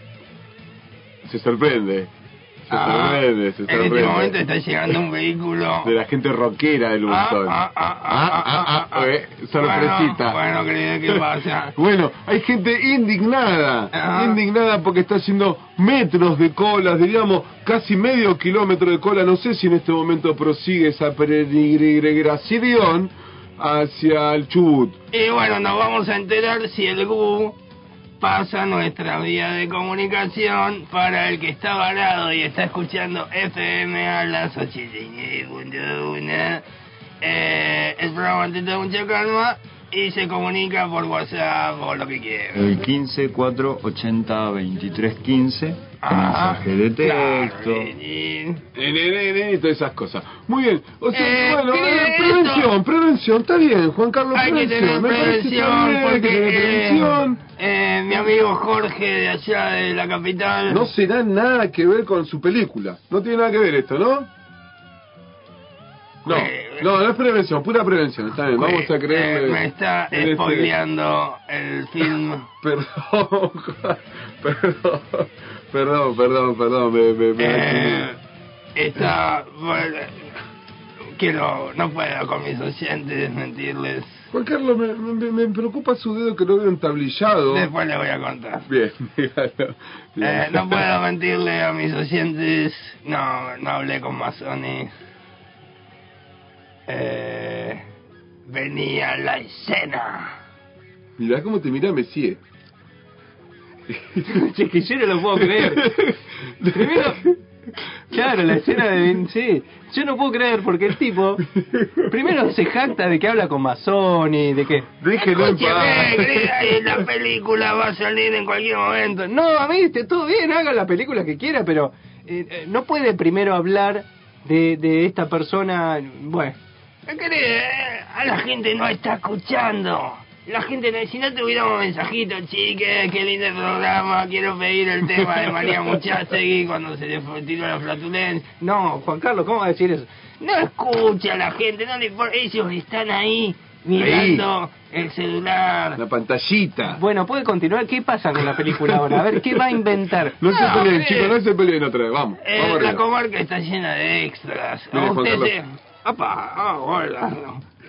S2: Se sorprende. Se
S3: Ah,
S2: sorprende, se
S3: en este momento
S2: sorprende.
S3: está llegando un vehículo.
S2: De la gente rockera del
S3: Ah,
S2: Bolsón.
S3: ah, ah,
S2: Ah, ah, ah,
S3: ah,
S2: eh, sorpresita.
S3: Bueno, bueno querido, ¿qué pasa?
S2: Bueno, hay gente indignada,
S3: Ajá.
S2: indignada porque está haciendo metros de colas, diríamos casi medio kilómetro de cola. No sé si en este momento prosigue esa peregrinación hacia el Chubut.
S3: Y bueno, nos vamos a enterar si el GU pasa nuestra vía de comunicación para el que está varado y está escuchando FM a las 89.1. Eh, el programa te da mucha calma y se comunica por WhatsApp o lo que quiera.
S10: El 15 4 80 23 15.
S2: Ah,
S10: mensaje
S3: Ah,
S10: de texto.
S2: Eh, eh, eh, eh, todas esas cosas. Muy bien. O sea,
S3: Eh,
S2: bueno,
S3: ¿qué
S2: eh,
S3: es
S2: prevención,
S3: esto?
S2: prevención, está bien, Juan Carlos.
S3: Hay que tener
S2: prevención, me parece
S3: prevención
S2: bien, hay que
S3: porque
S2: tener
S3: eh,
S2: prevención.
S3: eh, mi amigo Jorge de allá de la capital
S2: No será nada que ver con su película. No tiene nada que ver esto, ¿no? No, no, no es prevención, pura prevención. Está bien, vamos a
S3: Eh,
S2: creerle.
S3: me está
S2: en este-
S3: spoileando el film.
S2: Perdón, perdón, perdón, perdón, perdón. Me, me, me-
S3: Eh, está. Bueno, quiero. No puedo con mis oyentes mentirles.
S2: Juan Carlos, me, me- me preocupa su dedo que lo veo entablillado.
S3: Después les voy a contar.
S2: Bien, dígalo.
S3: Eh, no puedo mentirle a mis oyentes. No, no hablé con masones. Eh, venía la escena.
S2: Mirá cómo te mira Messi.
S11: Che, que yo no lo puedo creer. Primero, claro, la escena de Vin- sí. Yo no puedo creer porque el tipo, primero se jacta de que habla con Mazzoni, de que.
S2: Déjelo en
S3: Escúcheme,
S2: paz.
S3: querida, y la película va a salir en cualquier momento. No,
S11: No, viste, todo bien, haga la película que quiera, pero eh, eh, no puede primero hablar de, de esta persona. Bueno,
S3: Querida, eh, a la gente no está escuchando. La gente, no- si no tuviéramos mensajitos, chiques, qué lindo el programa, quiero pedir el tema de María Muchastegui cuando se le fue- tiró la flatulencia.
S11: no, Juan Carlos, ¿cómo va a decir eso?
S3: No escucha a la gente, no le importa. Ellos están ahí mirando el celular.
S2: La pantallita.
S11: Bueno, puede continuar. ¿Qué pasa con la película ahora? A ver, ¿qué va a inventar? Ah,
S2: No se
S3: No,
S2: peleen,
S3: eh.
S2: chicos, no se peleen otra vez. Vamos,
S3: Eh,
S2: vamos
S3: la
S2: arriba.
S3: comarca está llena de extras.
S2: Mire,
S3: A
S2: Juan
S3: usted
S2: Carlos.
S3: se... ¡Apa! ah, hola.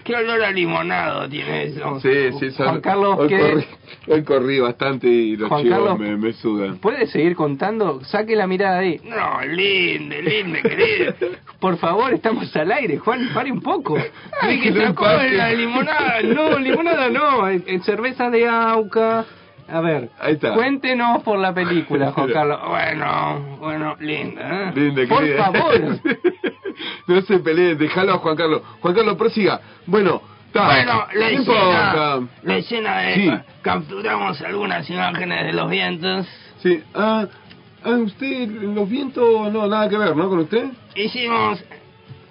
S3: ¿Qué olor a limonado tiene eso?
S2: Sí, sí, sabe.
S11: Juan Carlos,
S2: hoy
S11: ¿qué?
S2: corrí, hoy corrí bastante y los
S11: Juan
S2: chivos
S11: Carlos.
S2: me, me sudan.
S11: ¿Puede seguir contando? Saque la mirada de ahí.
S3: No, lindo, lindo, querido.
S11: Por favor, estamos al aire, Juan, pare un poco.
S3: Ay, que
S2: Déjelo en
S3: sacó
S2: paz,
S3: la
S2: que-
S3: limonada,
S11: No, limonada no, eh, eh, cerveza de auca,
S3: A ver,
S2: Ahí está.
S3: cuéntenos por la película, Juan Carlos.
S8: Bueno, bueno, linda, ¿eh?
S2: Linda,
S3: Por
S2: querida.
S3: favor.
S2: no se peleen, déjalo a Juan Carlos. Juan Carlos, prosiga. Bueno, está.
S8: Bueno, la
S2: no importa.
S8: escena, la escena de...
S2: Sí.
S8: Capturamos algunas imágenes de los vientos.
S2: Sí, ah, ah, usted, los vientos, no, nada que ver, ¿no? Con usted.
S8: Hicimos...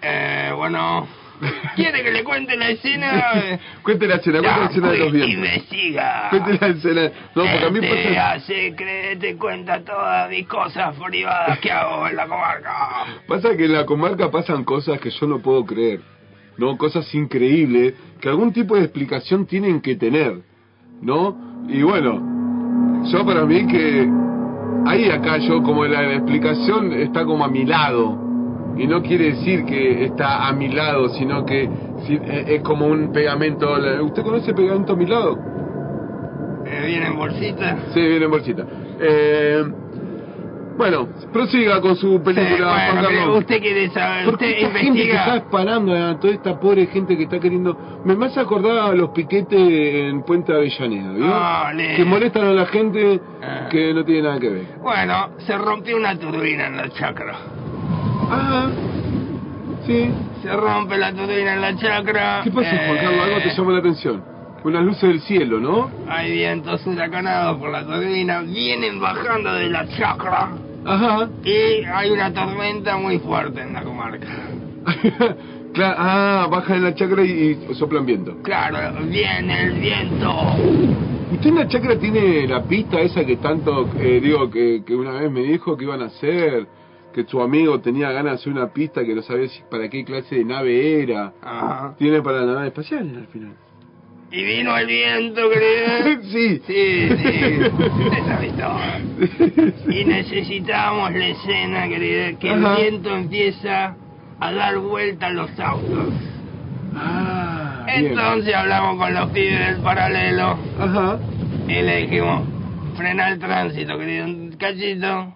S8: Eh, bueno... ¿Quiere que le cuente la escena? Eh,
S2: cuente la escena, cuente la
S8: Ya,
S2: escena de los
S8: pues,
S2: vientos.
S8: Investiga.
S2: Cuente la escena. No, porque a mí pues,
S11: Este,
S8: Él
S2: pasa,
S8: te Este, hace creer, te cuenta todas mis cosas privadas que hago en la comarca.
S2: pasa que en la comarca pasan cosas que yo no puedo creer. No, cosas increíbles que algún tipo de explicación tienen que tener. ¿No? Y bueno, yo para mí que ahí acá yo como la, la explicación está como a mi lado. Y no quiere decir que está a mi lado, sino que si- eh, es como un pegamento. ¿Usted conoce pegamento a mi lado?
S8: Eh, viene en bolsita.
S2: Sí, viene en bolsita. Eh, bueno, prosiga con su película,
S8: Eh, bueno,
S2: Juan
S8: pero
S2: Carlos.
S8: usted quiere saber,
S2: ¿Por qué
S8: usted
S2: esta gente que está
S8: investiga.
S2: disparando a toda esta pobre gente que está queriendo... Me más acordaba a los piquetes en Puente Avellaneda, ¿vio?
S8: Ah, le-
S2: que molestan a la gente
S8: Ah.
S2: que no tiene nada que ver.
S8: Bueno, se rompió una turbina en la chacra.
S2: Ah, sí.
S8: Se rompe la turbina en la chacra.
S2: ¿Qué pasa, Juan
S8: eh,
S2: Carlos? Algo te llama la atención. Unas luces del cielo, ¿no?
S8: Hay vientos huracanados por la turbina, vienen bajando de la chacra.
S2: Ajá.
S8: Y hay una tormenta muy fuerte en la comarca.
S2: claro, ah, bajan en la chacra y, y soplan viento.
S8: Claro, viene el viento.
S2: ¿Usted en la chacra tiene la pista esa que tanto, eh, digo, que, que una vez me dijo que iban a hacer? Que su amigo tenía ganas de hacer una pista que no sabía si- para qué clase de nave era.
S8: Ajá.
S2: ¿Tiene para la nave espacial al final?
S8: Y vino el viento, querido.
S2: sí.
S8: Eh, Sí, sí. Usted sabe todo. Y necesitamos la escena, querida, que
S2: Ajá.
S8: el viento empieza a dar vuelta a los autos.
S2: Ah, bien.
S8: Entonces hablamos con los pibes del paralelo
S2: Ajá.
S8: y le dijimos, frena el tránsito, querido, un cachito.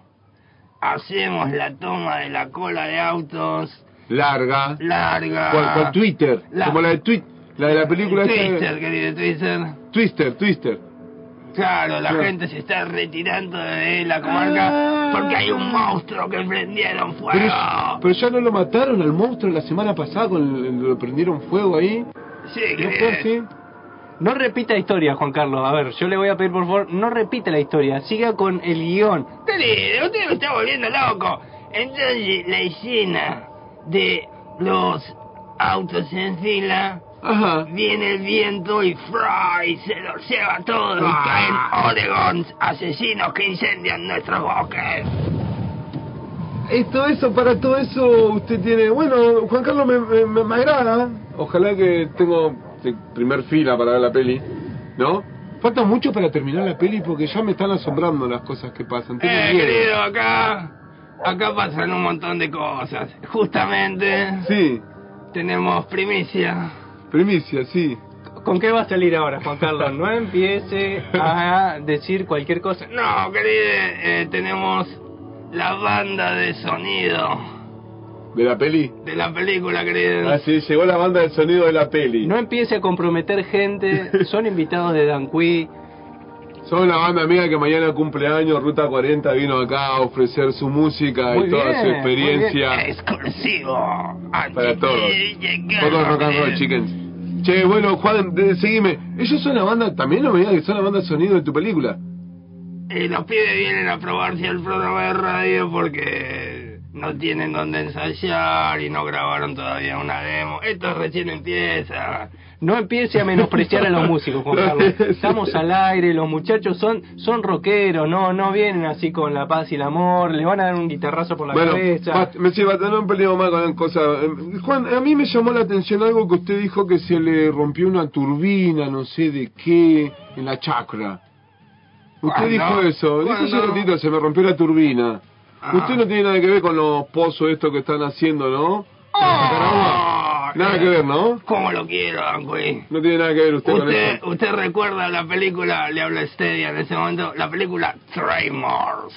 S8: Hacemos la toma de la cola de autos
S2: Larga.
S8: larga.
S2: Con, con Twitter.
S8: La-
S2: Como la de Twitter. La de la película esta de-
S8: Twister, querido, Twister.
S2: Twister, Twister.
S8: Claro, la
S2: Claro.
S8: gente se está retirando de la comarca
S2: Ah.
S8: porque hay un monstruo que prendieron fuego.
S2: Pero, pero ya no lo mataron al monstruo la semana pasada, con el- lo prendieron fuego ahí. Ah,
S8: Sí,
S2: ¿No
S8: querido.
S2: fue así?
S3: No repita historia, Juan Carlos. A ver, yo le voy a pedir por favor, no repita la historia. Siga con el guión.
S8: Querido, usted me está volviendo loco. Entonces, la escena de los autos en fila,
S2: Ajá.
S8: viene el viento y Fry se los lleva a todos y caen Oregon, asesinos que incendian nuestros bosques.
S2: Y todo eso, para todo eso usted tiene... Bueno, Juan Carlos me, me- me- me agrada. Ojalá que tengo sí, primer fila para ver la peli, ¿no? Falta mucho para terminar la peli porque ya me están asombrando las cosas que pasan. Tengo
S8: Eh,
S2: miedo.
S8: querido, acá, acá pasan un montón de cosas. Justamente,
S2: Sí,
S8: tenemos primicia.
S2: primicia, sí.
S3: ¿Con qué va a salir ahora, Juan Carlos? No empiece a decir cualquier cosa.
S8: No, querido, eh, tenemos la banda de sonido
S2: ¿De la peli?
S8: de la película, querido.
S2: Ah, sí, llegó la banda del sonido de la peli.
S3: No empiece a comprometer gente. Son invitados de Danqui.
S2: Son la banda amiga que mañana cumpleaños, Ruta 40 vino acá a ofrecer su música
S3: Muy
S2: y toda
S3: bien,
S2: su
S8: Eh,
S2: experiencia
S8: exclusivo
S2: para todos. Todos rock and roll,
S8: eh,
S2: chickens. Che, bueno, Juan, de- seguime. Ellos son la banda, también no me digas que son la banda de sonido de tu película.
S8: Y eh, los pibes vienen a probarse el programa de radio porque no tienen donde ensayar y no grabaron todavía una demo. Esto recién empieza.
S3: No empiece a menospreciar a los músicos, Juan Carlos. Estamos al aire, los muchachos son son rockeros, no no vienen así con la paz y el amor, le van a dar un guitarrazo por la
S2: bueno,
S3: cabeza.
S2: basta, me sí, basta, no peleemos más con cosas. Eh, Juan, a mí me llamó la atención algo que usted dijo que se le rompió una turbina, no sé de qué, en la chacra. Usted
S8: ¿Cuándo?
S2: dijo eso, dijo hace
S8: ¿Cuándo?
S2: ratito, se me rompió la turbina.
S8: Ah.
S2: Usted no tiene nada que ver con los pozos estos que están haciendo, ¿no?
S8: Ah,
S2: Nada que ver, ¿no?
S8: ¿Cómo lo quiero, Dan Cui?
S2: No tiene nada que ver usted, con
S8: Usted,
S2: eso.
S8: usted recuerda la película, le habla Stevia en ese momento, la película Tremors.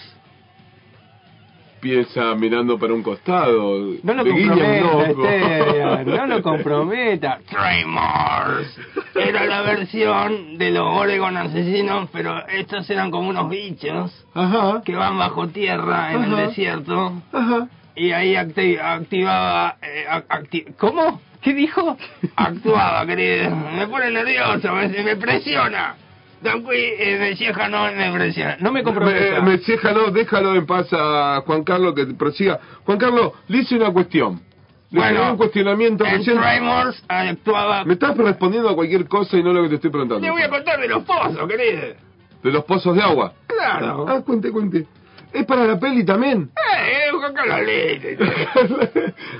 S2: piensa mirando para un costado.
S3: No lo
S2: Le guiña un
S3: comprometa,
S2: ojo.
S3: Esteban, no lo comprometa.
S8: Tremors. Era la versión de los Oregon asesinos, pero estos eran como unos bichos
S2: Ajá,
S8: que van bajo tierra en
S2: Ajá.
S8: el desierto
S2: ajá.
S8: y ahí acti- activaba... eh, ac- acti-
S3: ¿Cómo? ¿Qué dijo?
S8: actuaba, querido. Me pone nervioso, me, me presiona. Don Cui, eh, me cieja, no me presiona.
S3: No me
S2: Me,
S3: comprometa.
S2: me- déjalo, déjalo en paz a Juan Carlos que prosiga. Juan Carlos, le hice una cuestión. Le
S8: Bueno,
S2: hice un cuestionamiento
S8: En
S2: recién.
S8: Tremors actuaba...
S2: Me estás respondiendo a cualquier cosa y no lo que te estoy
S8: Te
S2: preguntando.
S8: voy a contar de los pozos, querido.
S2: De los pozos de agua.
S8: Claro.
S2: Ah, cuente, cuente. Es para la peli también.
S8: Eh, eh, Juan Carlos Lete.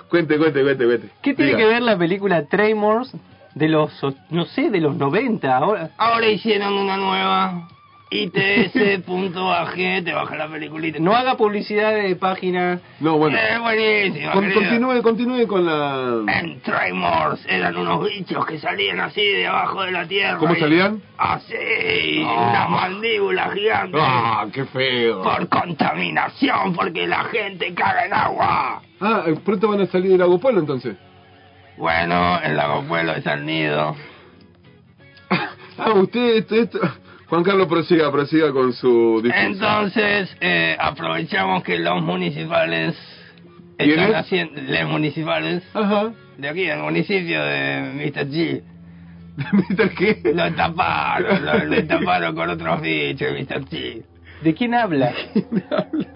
S2: cuente, cuente, cuente, cuente.
S3: ¿Qué tiene
S2: Diga.
S3: que ver la película Tremors de los, o- no sé, de los 90 ahora?
S8: Ahora hicieron una nueva. ITS.ag, te baja la peliculita.
S3: No haga publicidad de página.
S2: No, bueno.
S8: Eh, buenísimo.
S2: Con-
S8: querido.
S2: continúe, continúe con la...
S8: En Tremors eran unos bichos que salían así de abajo de la tierra.
S2: ¿Cómo
S8: y-
S2: salían?
S8: Así, unas mandíbulas gigantes.
S2: Ah, qué feo.
S8: Por contaminación, porque la gente caga en agua.
S2: Ah, eh, pronto van a salir del lago Polo entonces.
S8: Bueno, el lago Pueblo es al nido.
S2: Ah, usted, esto, esto- Juan Carlos prosiga, prosiga con su discurso.
S8: Entonces, eh, aprovechamos que los municipales
S2: ¿Quiénes?
S8: están haciendo. Los municipales
S2: Ajá.
S8: de aquí, del municipio de Mr. G.
S2: ¿Mientras qué?
S8: Lo taparon, lo, lo taparon con otros bichos, Mr. G.
S3: ¿De quién habla?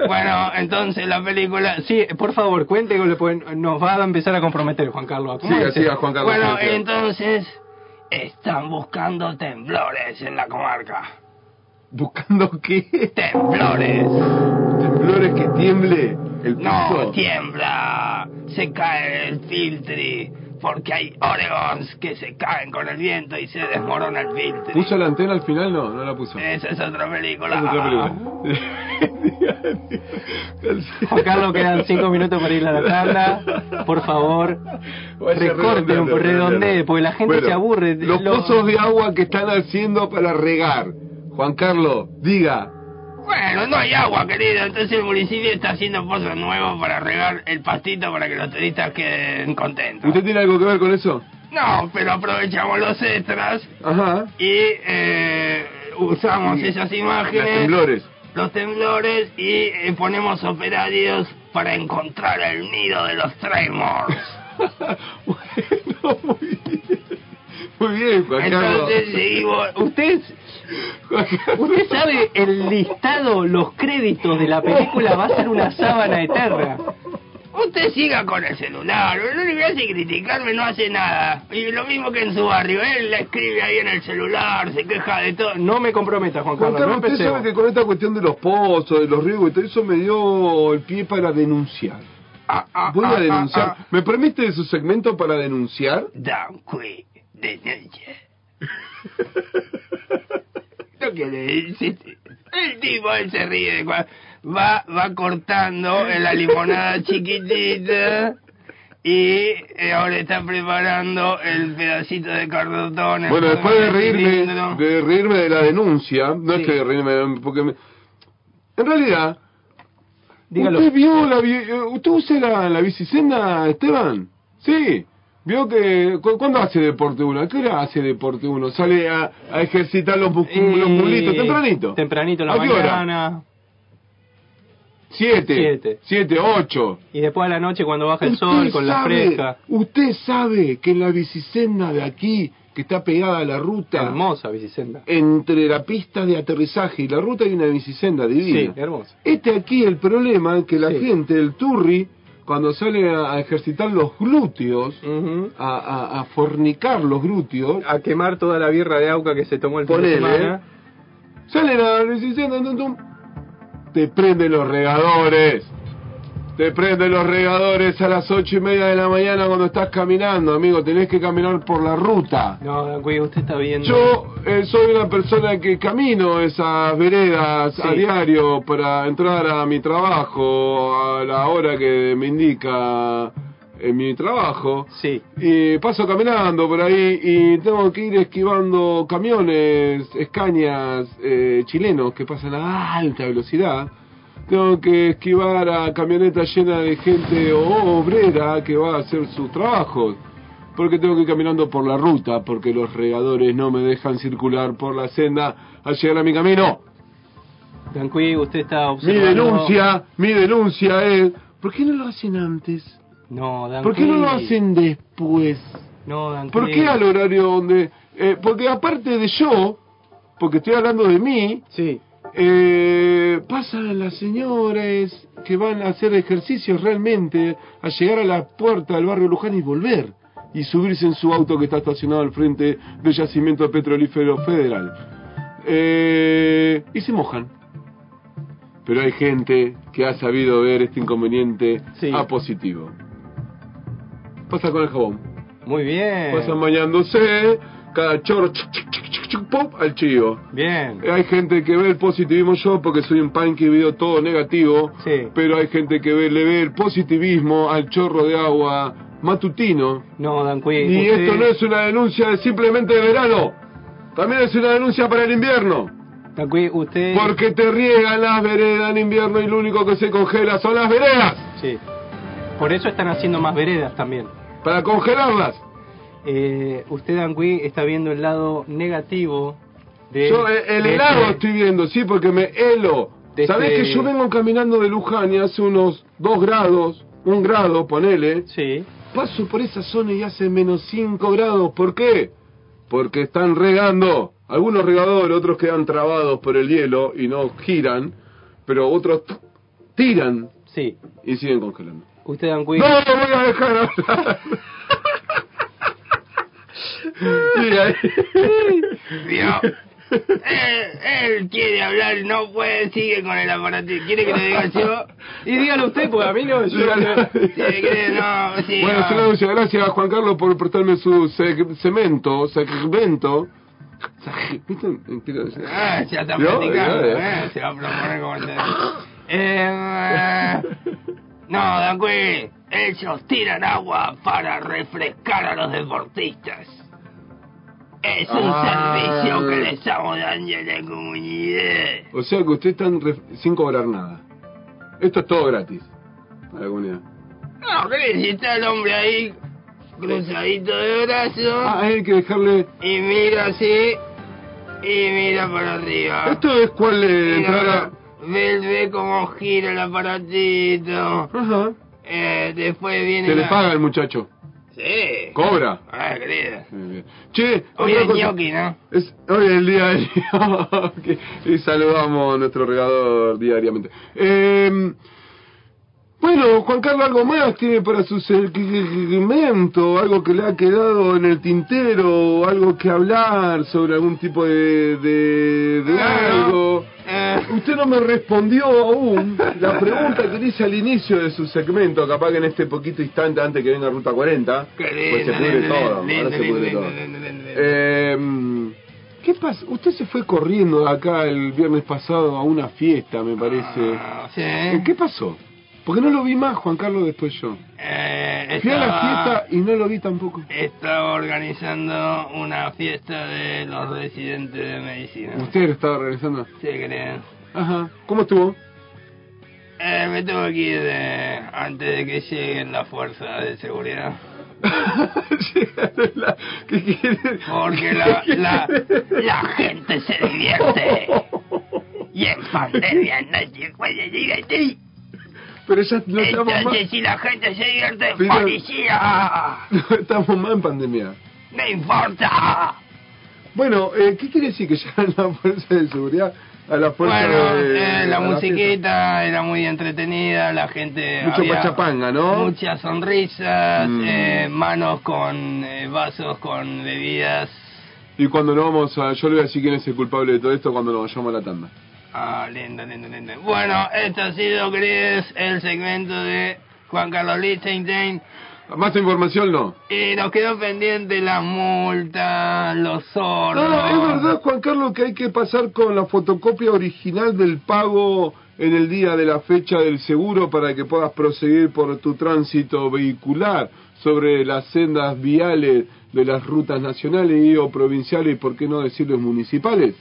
S8: Bueno, entonces la película. sí.
S3: Sí, por favor, cuente, que le pueden- nos va a empezar a comprometer Juan Carlos.
S2: Siga,
S3: Acomódese.
S2: siga, Juan Carlos.
S8: Bueno,
S2: siga.
S8: entonces. Están buscando temblores en la comarca.
S2: ¿Buscando qué?
S8: ¡Temblores!
S2: ¿Temblores que tiemble el piso?
S8: No, tiembla, se cae el filtri, porque hay Oregons que se caen con el viento y se desmorona el filtri.
S2: ¿Puso la antena al final? No, no la puso.
S8: Esa es otra película.
S2: Es otra película.
S3: Juan Carlos, quedan cinco minutos para ir a la tanda. Por favor,
S2: Vaya
S3: recorte,
S2: redondeando,
S3: redondee,
S2: redondeando.
S3: porque la gente
S2: Bueno,
S3: se aburre.
S2: Los
S3: Lo-
S2: pozos de agua que están haciendo para regar. Juan Carlos, diga.
S8: Bueno, no hay agua, querido, entonces el municipio está haciendo pozos nuevos para regar el pastito para que los turistas queden contentos.
S2: ¿Usted tiene algo que ver con eso?
S8: No, pero aprovechamos los extras
S2: Ajá.
S8: y eh, usamos esas
S2: Las
S8: imágenes.
S2: temblores.
S8: los temblores y eh, ponemos operarios para encontrar el nido de los Tremors.
S2: bueno, muy bien. Muy bien, Juan Carlos.
S8: Entonces seguimos.
S3: Usted,
S2: Juan Carlos.
S3: usted sabe el listado, los créditos de la película va a ser una sábana eterna.
S8: Usted siga con el celular, lo único que hace es criticarme, no hace nada. Y lo mismo que en su barrio, él la escribe ahí en el celular, se queja de todo.
S3: No me comprometa, Juan
S2: Juan
S3: Carlos, no
S2: Carlos, usted
S3: empecemos.
S2: sabe que con esta cuestión de los pozos, de los riegos y todo eso me dio el pie para denunciar.
S8: Ah, ah,
S2: Voy
S8: ah,
S2: a denunciar.
S8: ah, ah.
S2: ¿Me permite su segmento para denunciar?
S8: Dan Quinn, de noche. Lo que le dice. El tipo él se ríe. de cua- Va, va cortando en la limonada chiquitita. Y eh, ahora está preparando el pedacito de cartón. el
S2: Bueno, después de
S8: formato
S2: reírme,
S8: cilindro.
S2: de reírme de la denuncia, no es
S3: Sí.
S2: que de reírme, porque me- en realidad,
S3: Dígalo.
S2: ¿usted vio la, vi- eh, usted usa la, la bicicenda, Esteban? Sí. Vio que, cu- ¿cuándo hace deporte uno? ¿A qué hora hace deporte uno? Sale a, a ejercitar los, mus-
S3: Eh,
S2: los mulitos, tempranito.
S3: Tempranito, la
S2: ¿A qué hora?
S3: mañana.
S2: Siete.
S3: Siete.
S2: Siete, ocho.
S3: Y después a la noche cuando baja el sol, con la fresca.
S2: Usted sabe que en la bicicenda de aquí, que está pegada a la ruta,
S3: Hermosa bicicenda.
S2: entre la pista de aterrizaje y la ruta hay una bicicenda
S3: Sí,
S2: divina.
S3: hermosa.
S2: este aquí el problema es que la
S3: Sí.
S2: gente, el turri, cuando sale a, a ejercitar los glúteos,
S3: Ujú.
S2: a, a- a fornicar los glúteos,
S3: A quemar toda la birra de auca que se tomó el fin de
S2: Ponele, ¿eh?
S3: semana.
S2: salen a la bicicenda, tum, tum, te prenden los regadores. Te prenden los regadores a las ocho y media de la mañana cuando estás caminando, amigo. Tenés que caminar por la ruta.
S3: No, Dan Cui, usted está viendo.
S2: Yo eh, soy una persona que camino esas veredas a
S3: Sí.
S2: diario para entrar a mi trabajo a la hora que me indica en mi trabajo.
S3: Sí.
S2: Y paso caminando por ahí y tengo que ir esquivando camiones, escañas eh, chilenos que pasan a alta velocidad. tengo que esquivar a camionetas llenas de gente o obrera que va a hacer sus trabajos. Porque tengo que ir caminando por la ruta, porque los regadores no me dejan circular por la senda al llegar a mi camino.
S3: Danqui, usted está
S2: Mi
S3: observando...
S2: denuncia, mi denuncia es... ¿Por qué no lo hacen antes?
S3: No, Danqui.
S2: ¿Por qué no lo hacen después?
S3: No, Danqui.
S2: ¿Por qué al horario donde...? eh, porque aparte de yo, porque estoy hablando de mí,
S3: Sí.
S2: eh, pasan las señoras que van a hacer ejercicios realmente a llegar a la puerta del barrio Luján y volver y subirse en su auto que está estacionado al frente del yacimiento petrolífero federal. Eh, y se mojan. Pero hay gente que ha sabido ver este inconveniente
S3: Sí.
S2: a positivo. Pasa con el jabón.
S3: Muy bien.
S2: Pasan bañándose, cada chorro chuc, chuc, chuc, chuc, chuc, pop, al chivo. Eh,
S3: Bien.
S2: Hay gente que ve el positivismo yo porque soy un punk y veo todo negativo,
S3: Sí.
S2: pero hay gente que ve, le ve el positivismo al chorro de agua matutino.
S3: No, Danqui.
S2: Y
S3: usted-
S2: esto no es una denuncia de simplemente de verano, también es una denuncia para el invierno,
S3: Danqui, usted...
S2: porque te riegan las veredas en invierno y lo único que se congela son las veredas,
S3: Sí. Por eso están haciendo más veredas también.
S2: para congelarlas.
S3: Eh, usted, Danqui, está viendo el lado negativo de...
S2: Yo eh, el
S3: de
S2: helado
S3: este-
S2: estoy viendo, sí, porque me helo.
S3: De
S2: ¿Sabés
S3: este-
S2: que yo vengo caminando de Luján y hace unos dos grados, un grado, ponele,
S3: Sí.
S2: Paso por esa zona y hace menos 5 grados. ¿Por qué? Porque están regando. Algunos regadores, otros quedan trabados por el hielo y no giran, pero otros t- tiran
S3: Sí.
S2: y siguen congelando.
S3: Usted, Danqui...
S2: No lo voy a dejar hablar. Y ahí-
S8: Vio. Él, él quiere hablar, no puede, sigue con el aparatito. ¿Quiere que le diga yo?
S3: Y dígalo usted, porque a mí no... yo-
S8: Si quiere, no, sí,
S2: Bueno,
S8: no.
S2: es una denuncia. Gracias a Juan Carlos por prestarme su seg- cemento, segmento. ¿Viste?
S8: Ah, ya está
S2: ¿Vio?
S8: platicando,
S2: Ya,
S8: eh, se va a proponer como se... Eh, no, Danqui, ellos tiran agua para refrescar a los deportistas. Es un
S2: Ah.
S8: servicio que le estamos dando a la comunidad.
S2: O sea que ustedes están ref- sin cobrar nada. Esto es todo gratis a la comunidad.
S8: No, ¿qué si está el hombre ahí cruzadito de brazos
S2: Ah, hay que dejarle.
S8: y mira así y mira para arriba?
S2: Esto es cuál eh, entrar a.
S8: Ve, ve cómo gira el aparatito.
S2: Ajá.
S8: Eh, después viene.
S2: Se le
S8: la-
S2: paga el muchacho.
S8: Sí.
S2: Cobra.
S8: Ah, querida.
S2: Muy bien. Che,
S8: Hoy
S2: otra
S8: es
S2: cosa-
S8: ñoqui, ¿no?
S2: Es hoy el día del Ok. y saludamos a nuestro regador diariamente. Eh, bueno, Juan Carlos, algo más tiene para su segmento, algo que le ha quedado en el tintero, algo que hablar sobre algún tipo de, de, de
S8: Ah,
S2: algo.
S8: Eh,
S2: Usted no me respondió aún la pregunta que le hice al inicio de su segmento, capaz que en este poquito instante antes que venga Ruta 40,
S8: Qué
S2: pues se
S8: lindo,
S2: pudre
S8: lindo,
S2: todo,
S8: lindo,
S2: ahora se
S8: lindo,
S2: pudre
S8: lindo,
S2: todo.
S8: lindo, lindo, lindo.
S2: Eh, ¿Qué pasa? Usted se fue corriendo de acá el viernes pasado a una fiesta, me parece.
S8: ah, sí.
S2: Eh, ¿Qué pasó? Porque no lo vi más, Juan Carlos, después yo.
S8: Eh,
S2: Fui a la
S8: estaba-
S2: fiesta y no lo vi tampoco.
S8: Estaba organizando una fiesta de los residentes de medicina.
S2: Usted lo estaba regresando.
S8: Sí, creen.
S2: Ajá. ¿Cómo estuvo?
S8: Eh, me tengo que ir de- antes de que lleguen las fuerzas de seguridad.
S2: La- ¿Qué quiere?
S8: Porque la, la, la gente se divierte. Y en pandemia nadie puede divertir.
S2: Pero ya no estamos más.
S8: Entonces, si la gente se divierte,
S2: Pero-
S8: policía.
S2: No estamos más en pandemia.
S8: No importa.
S2: Bueno, eh, ¿qué quiere decir que llegan la fuerza de seguridad a la fuerza
S8: Bueno,
S2: de.
S8: eh, la
S2: a fiesta?
S8: musiquita era muy entretenida, la gente...
S2: Mucho
S8: había
S2: pachapanga, ¿no?
S8: Muchas sonrisas,
S2: Mm.
S8: eh, manos con eh, vasos, con bebidas.
S2: Y cuando nos vamos a. Yo le voy a decir quién es el culpable de todo esto cuando nos vayamos a la tanda.
S8: Ah, lindo, lindo, lindo. Bueno, esto ha sido, Chris, el segmento de Juan Carlos Lichtenstein.
S2: Más información no.
S8: Y nos quedó pendiente las multas, los sordos.
S2: No, es verdad, Juan Carlos, que hay que pasar con la fotocopia original del pago en el día de la fecha del seguro para que puedas proseguir por tu tránsito vehicular sobre las sendas viales de las rutas nacionales y o provinciales, y por qué no decirles municipales.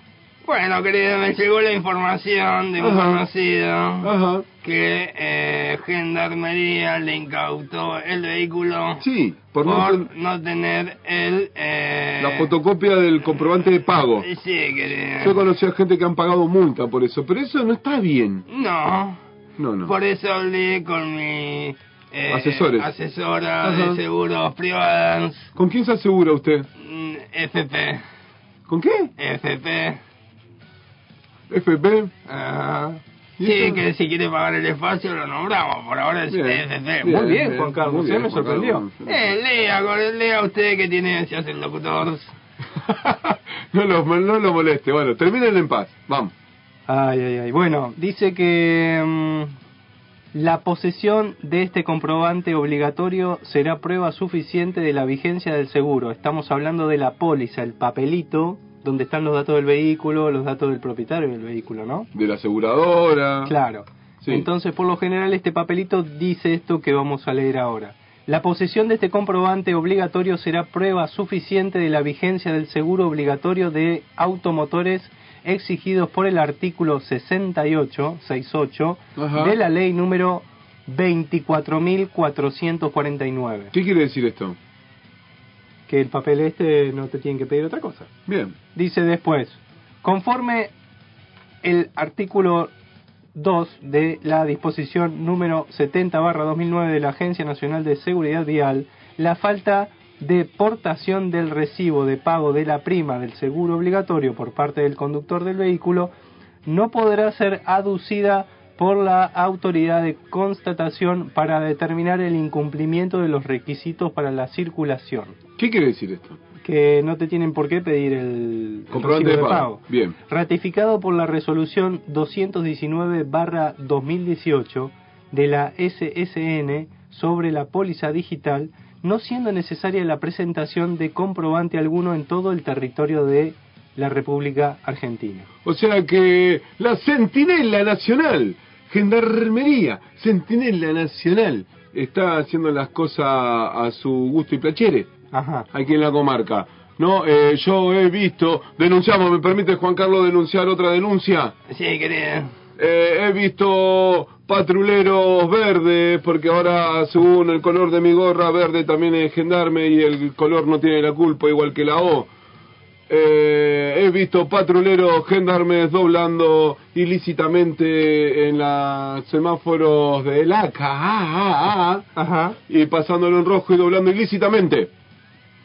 S8: Bueno, querido, me llegó la información de un
S2: Ajá.
S8: conocido
S2: Ajá.
S8: que eh, Gendarmería le incautó el vehículo
S2: Sí, por
S8: por
S2: no
S8: no,
S2: hacer
S8: tener el... Eh...
S2: la fotocopia del comprobante de pago.
S8: Sí, querido.
S2: Yo he conocido gente que han pagado multa por eso, pero eso no está bien.
S8: No,
S2: No, no.
S8: por eso hablé con mi... eh,
S2: Asesores.
S8: Asesora
S2: Ajá.
S8: de seguros privados,
S2: ¿Con quién se asegura usted?
S8: mm, FP.
S2: ¿Con qué?
S8: FP.
S2: ¿FP?
S8: Ajá.
S2: ¿Y
S8: Sí,
S2: eso?
S8: que si quiere pagar el espacio lo nombramos, por ahora es
S2: Bien,
S8: FP.
S3: Eh, Muy bien, Juan
S2: muy
S3: Carlos,
S2: bien,
S3: eh, me
S2: Juan
S3: sorprendió.
S2: Carlos.
S8: Eh, lea, go- lea usted que tiene, se hace el locutor.
S2: no, lo, no lo moleste. Bueno, terminen en paz. Vamos.
S3: Ay, ay, ay. Bueno, dice que mm, la posesión de este comprobante obligatorio será prueba suficiente de la vigencia del seguro. Estamos hablando de la póliza, el papelito donde están los datos del vehículo, los datos del propietario del vehículo, ¿no?
S2: De la aseguradora.
S3: Claro.
S2: Sí.
S3: Entonces, por lo general, este papelito dice esto que vamos a leer ahora. La posesión de este comprobante obligatorio será prueba suficiente de la vigencia del seguro obligatorio de automotores exigidos por el artículo 68, 68
S2: Ajá.
S3: de la ley número 24.449.
S2: ¿Qué quiere decir esto?
S3: Que el papel este no te tienen que pedir otra cosa.
S2: Bien.
S3: Dice después, conforme el artículo 2 de la disposición número 70-2009 de la Agencia Nacional de Seguridad Vial, la falta de portación del recibo de pago de la prima del seguro obligatorio por parte del conductor del vehículo no podrá ser aducida por la autoridad de constatación para determinar el incumplimiento de los requisitos para la circulación
S2: ¿Qué quiere decir esto?
S3: que no te tienen por qué pedir el
S2: Comprobante
S3: recibo
S2: de pago. Bien.
S3: Ratificado por la resolución 219-2018 de la SSN sobre la póliza digital, no siendo necesaria la presentación de comprobante alguno en todo el territorio de la República Argentina.
S2: O sea que la Centinela Nacional, Gendarmería, Centinela Nacional, está haciendo las cosas a su gusto y placere
S3: Ajá.
S2: aquí en la comarca. No, eh, yo he visto, denunciamos, ¿me permite Juan Carlos denunciar otra denuncia?
S8: Sí, querido.
S2: Eh, he visto patruleros verdes, porque ahora según el color de mi gorra verde también es gendarme y el color no tiene la culpa, igual que la O. Eh, he visto patruleros gendarmes doblando ilícitamente en los semáforos de ah, la ACA
S3: Ajá.
S2: y pasándolo en rojo y doblando ilícitamente.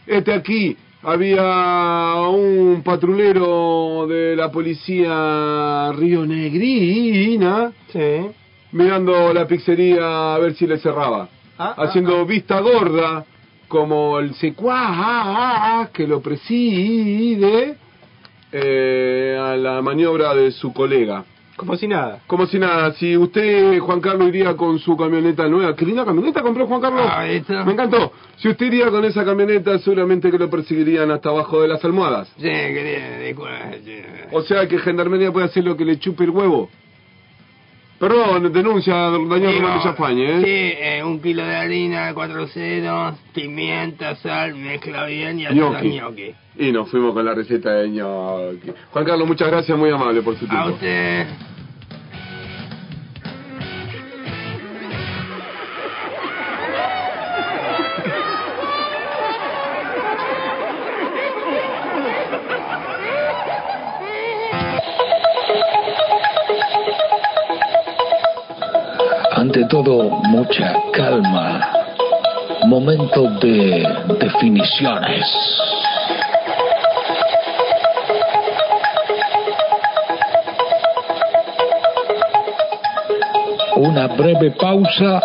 S2: Este aquí había un patrulero de la policía Río Negrina
S3: Sí.
S2: mirando la pizzería a ver si le cerraba,
S3: Ah, ah,
S2: haciendo vista gorda como el secuaz que lo preside eh, a la maniobra de su colega.
S3: Como si nada.
S2: Como si nada, si usted, Juan Carlos, iría con su camioneta nueva, qué linda camioneta compró Juan Carlos.
S8: Ah, ¿viste?
S2: Me encantó. Si usted iría con esa camioneta, seguramente que lo perseguirían hasta abajo de las almohadas.
S8: Sí, querido, disculpe. sí.
S2: O sea que Gendarmería puede hacer lo que le chupe el huevo. Perdón, denuncia, Daniel
S8: Digo,
S2: Fernández Chafañe,
S8: Sí,
S2: ¿eh?
S8: eh, un kilo de harina, cuatro ceros, pimienta, sal, mezcla bien y hace los
S2: Gnocchi.
S8: gnocchi.
S2: Y nos fuimos con la receta de ñoqui. Juan Carlos, muchas gracias, muy amable por su
S8: A
S2: tiempo.
S8: usted.
S1: Ante todo, mucha calma. Momento de definiciones. Una breve pausa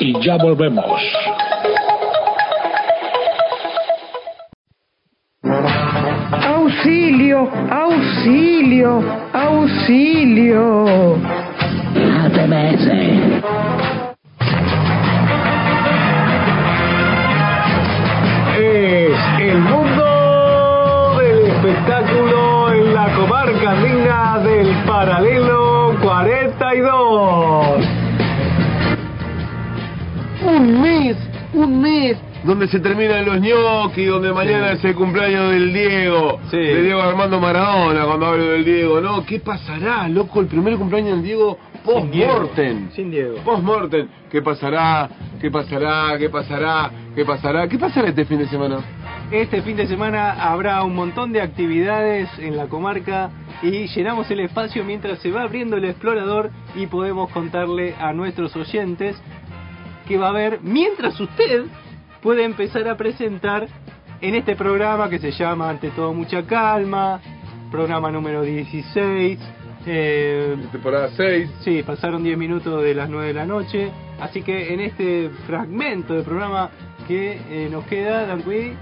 S1: y ya volvemos.
S12: Auxilio, auxilio, auxilio.
S3: es el mundo del espectáculo en la comarca andina del paralelo 42.
S12: Un mes, un mes
S2: donde se terminan los ñoquis, donde mañana es el cumpleaños del Diego,
S3: Sí.
S2: de Diego Armando Maradona, cuando hablo del Diego, ¿no? ¿Qué pasará, loco, el primer cumpleaños del Diego post-mortem?
S3: Sin Diego.
S2: Post-mortem, ¿qué pasará? ¿Qué pasará? ¿Qué pasará? ¿Qué pasará? ¿Qué pasará este fin de semana?
S3: Este fin de semana habrá un montón de actividades en la comarca y llenamos el espacio mientras se va abriendo el explorador y podemos contarle a nuestros oyentes que va a haber mientras usted puede empezar a presentar en este programa que se llama Ante todo mucha calma, programa número 16. eh,
S2: Temporada 6.
S3: Sí, pasaron 10 minutos de las 9 de la noche. Así que en este fragmento del programa que eh, nos queda, Dan Cui,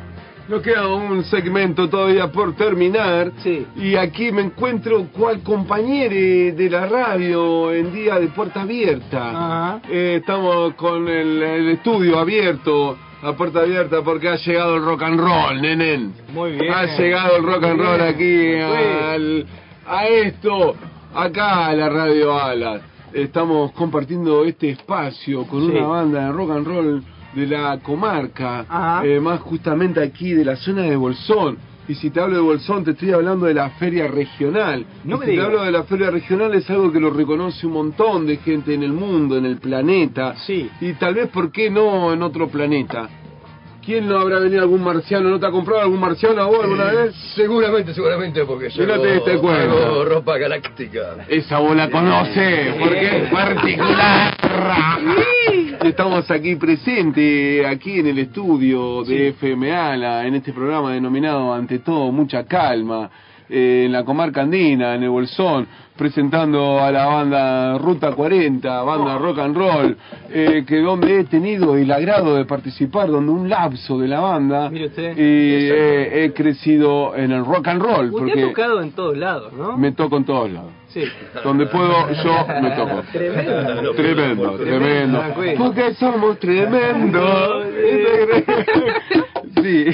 S2: Nos queda un segmento todavía por terminar.
S3: Sí.
S2: Y aquí me encuentro cual compañero de la radio en día de puerta abierta.
S3: Ajá.
S2: Eh, estamos con el, el estudio abierto, a puerta abierta, porque ha llegado el rock and roll, nenén.
S3: Muy bien.
S2: Ha llegado el rock and roll
S3: Bien.
S2: aquí
S3: Sí.
S2: al- a esto, acá a la radio Alas. Estamos compartiendo este espacio con
S3: Sí.
S2: una banda de rock and roll de la comarca,
S3: Ajá.
S2: eh, más justamente aquí de la zona de Bolsón. Y si te hablo de Bolsón, te estoy hablando de la feria regional.
S3: No
S2: Y si
S3: me
S2: te
S3: digas.
S2: hablo de la feria regional es algo que lo reconoce un montón de gente en el mundo, en el planeta.
S3: Sí.
S2: Y tal vez, ¿por qué no en otro planeta? ¿Quién no habrá venido algún marciano? ¿No te ha comprado algún marciano a vos alguna vez?
S13: Seguramente, seguramente, porque yo
S2: Mirate este cuento.
S13: hago ropa galáctica.
S2: Esa vos la conoce, porque es particular. Estamos aquí presente, aquí en el estudio de FM Ala, en este programa denominado Ante todo Mucha Calma, eh, en la comarca andina, en el Bolsón, presentando a la banda Ruta 40, banda rock and roll, eh, que donde he tenido el agrado de participar, donde un lapso de la banda, y
S3: Mire usted.
S2: eh, he crecido en el rock and roll,
S3: Usted ha
S2: porque
S3: tocado en todos lados, ¿no?
S2: me toco en todos lados.
S3: Sí.
S2: Donde puedo, yo me toco.
S3: Tremendo.
S2: Tremendo, tremendo.
S3: Ah, güey.
S2: Porque somos tremendos. Sí,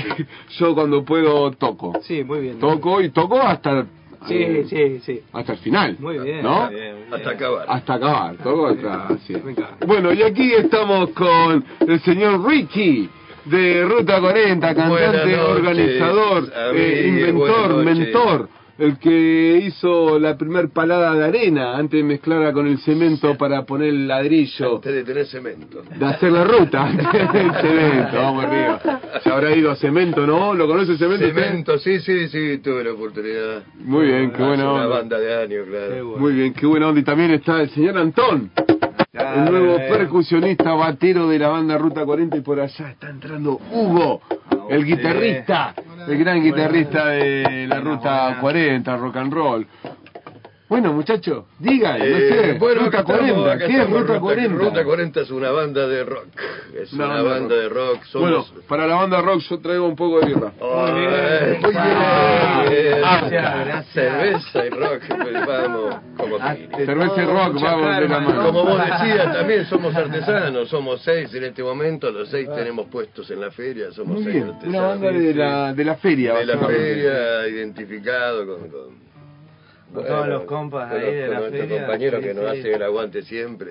S2: yo cuando puedo toco.
S3: Sí, muy bien.
S2: Toco y toco hasta
S3: Sí, sí, sí.
S2: hasta el final.
S3: Muy bien.
S2: ¿No?
S13: Hasta acabar.
S2: Hasta acabar, toco hasta así.
S3: Me encanta.
S2: Bueno, y aquí estamos con el señor Ricky de Ruta 40,
S13: Buenas
S2: cantante,
S13: noches,
S2: organizador, eh,
S13: amigo,
S2: inventor,
S13: buenas noches.
S2: mentor, el que hizo la primer palada de arena antes de mezclarla con el cemento para poner el ladrillo
S13: Antes de tener cemento.
S2: de hacer la ruta. el cemento, vamos arriba. Se habrá ido a cemento, ¿no? ¿Lo conoce cemento? usted?
S13: Cemento, sí, sí, sí, tuve la oportunidad.
S2: Muy bien, qué
S13: Hace
S2: buena
S13: Una
S2: onda.
S13: banda de años, claro.
S2: Muy bien, qué buena onda. Y también está el señor Antón, el nuevo percusionista batero de la banda Ruta 40. Y por allá está entrando Hugo, el guitarrista, el gran guitarrista de la Ruta 40, rock and roll. Bueno, muchachos, digan, no
S13: Eh,
S2: sé,
S13: bueno,
S2: Ruta
S13: acá estamos,
S2: 40,
S13: acá
S2: ¿qué es
S13: estamos,
S2: Ruta 40?
S13: Ruta 40 es una banda de rock. Es
S2: Una
S13: una
S2: banda de
S13: banda de rock. Somos...
S2: Bueno, para la banda rock yo traigo un poco de birra.
S13: Oh,
S3: Muy bien.
S13: eh, muy bien,
S2: Ah,
S13: muy bien.
S2: gracias,
S3: gracias.
S13: Cerveza y rock, pues, vamos, como quieras.
S2: Cerveza y rock, vamos de la
S13: Como
S2: mano.
S13: vos decías, también somos artesanos, somos seis en este momento, los seis tenemos puestos en la feria, somos
S2: Muy
S13: seis
S2: bien,
S13: artesanos.
S2: una banda de la, de la feria,
S13: de la
S2: básicamente.
S13: feria, identificado con... con
S3: Con todos los compas
S13: con
S3: ahí
S13: los-
S3: de la
S13: con nuestros
S3: feria,
S13: compañeros
S3: sí,
S13: que nos
S3: sí.
S13: hacen el aguante siempre.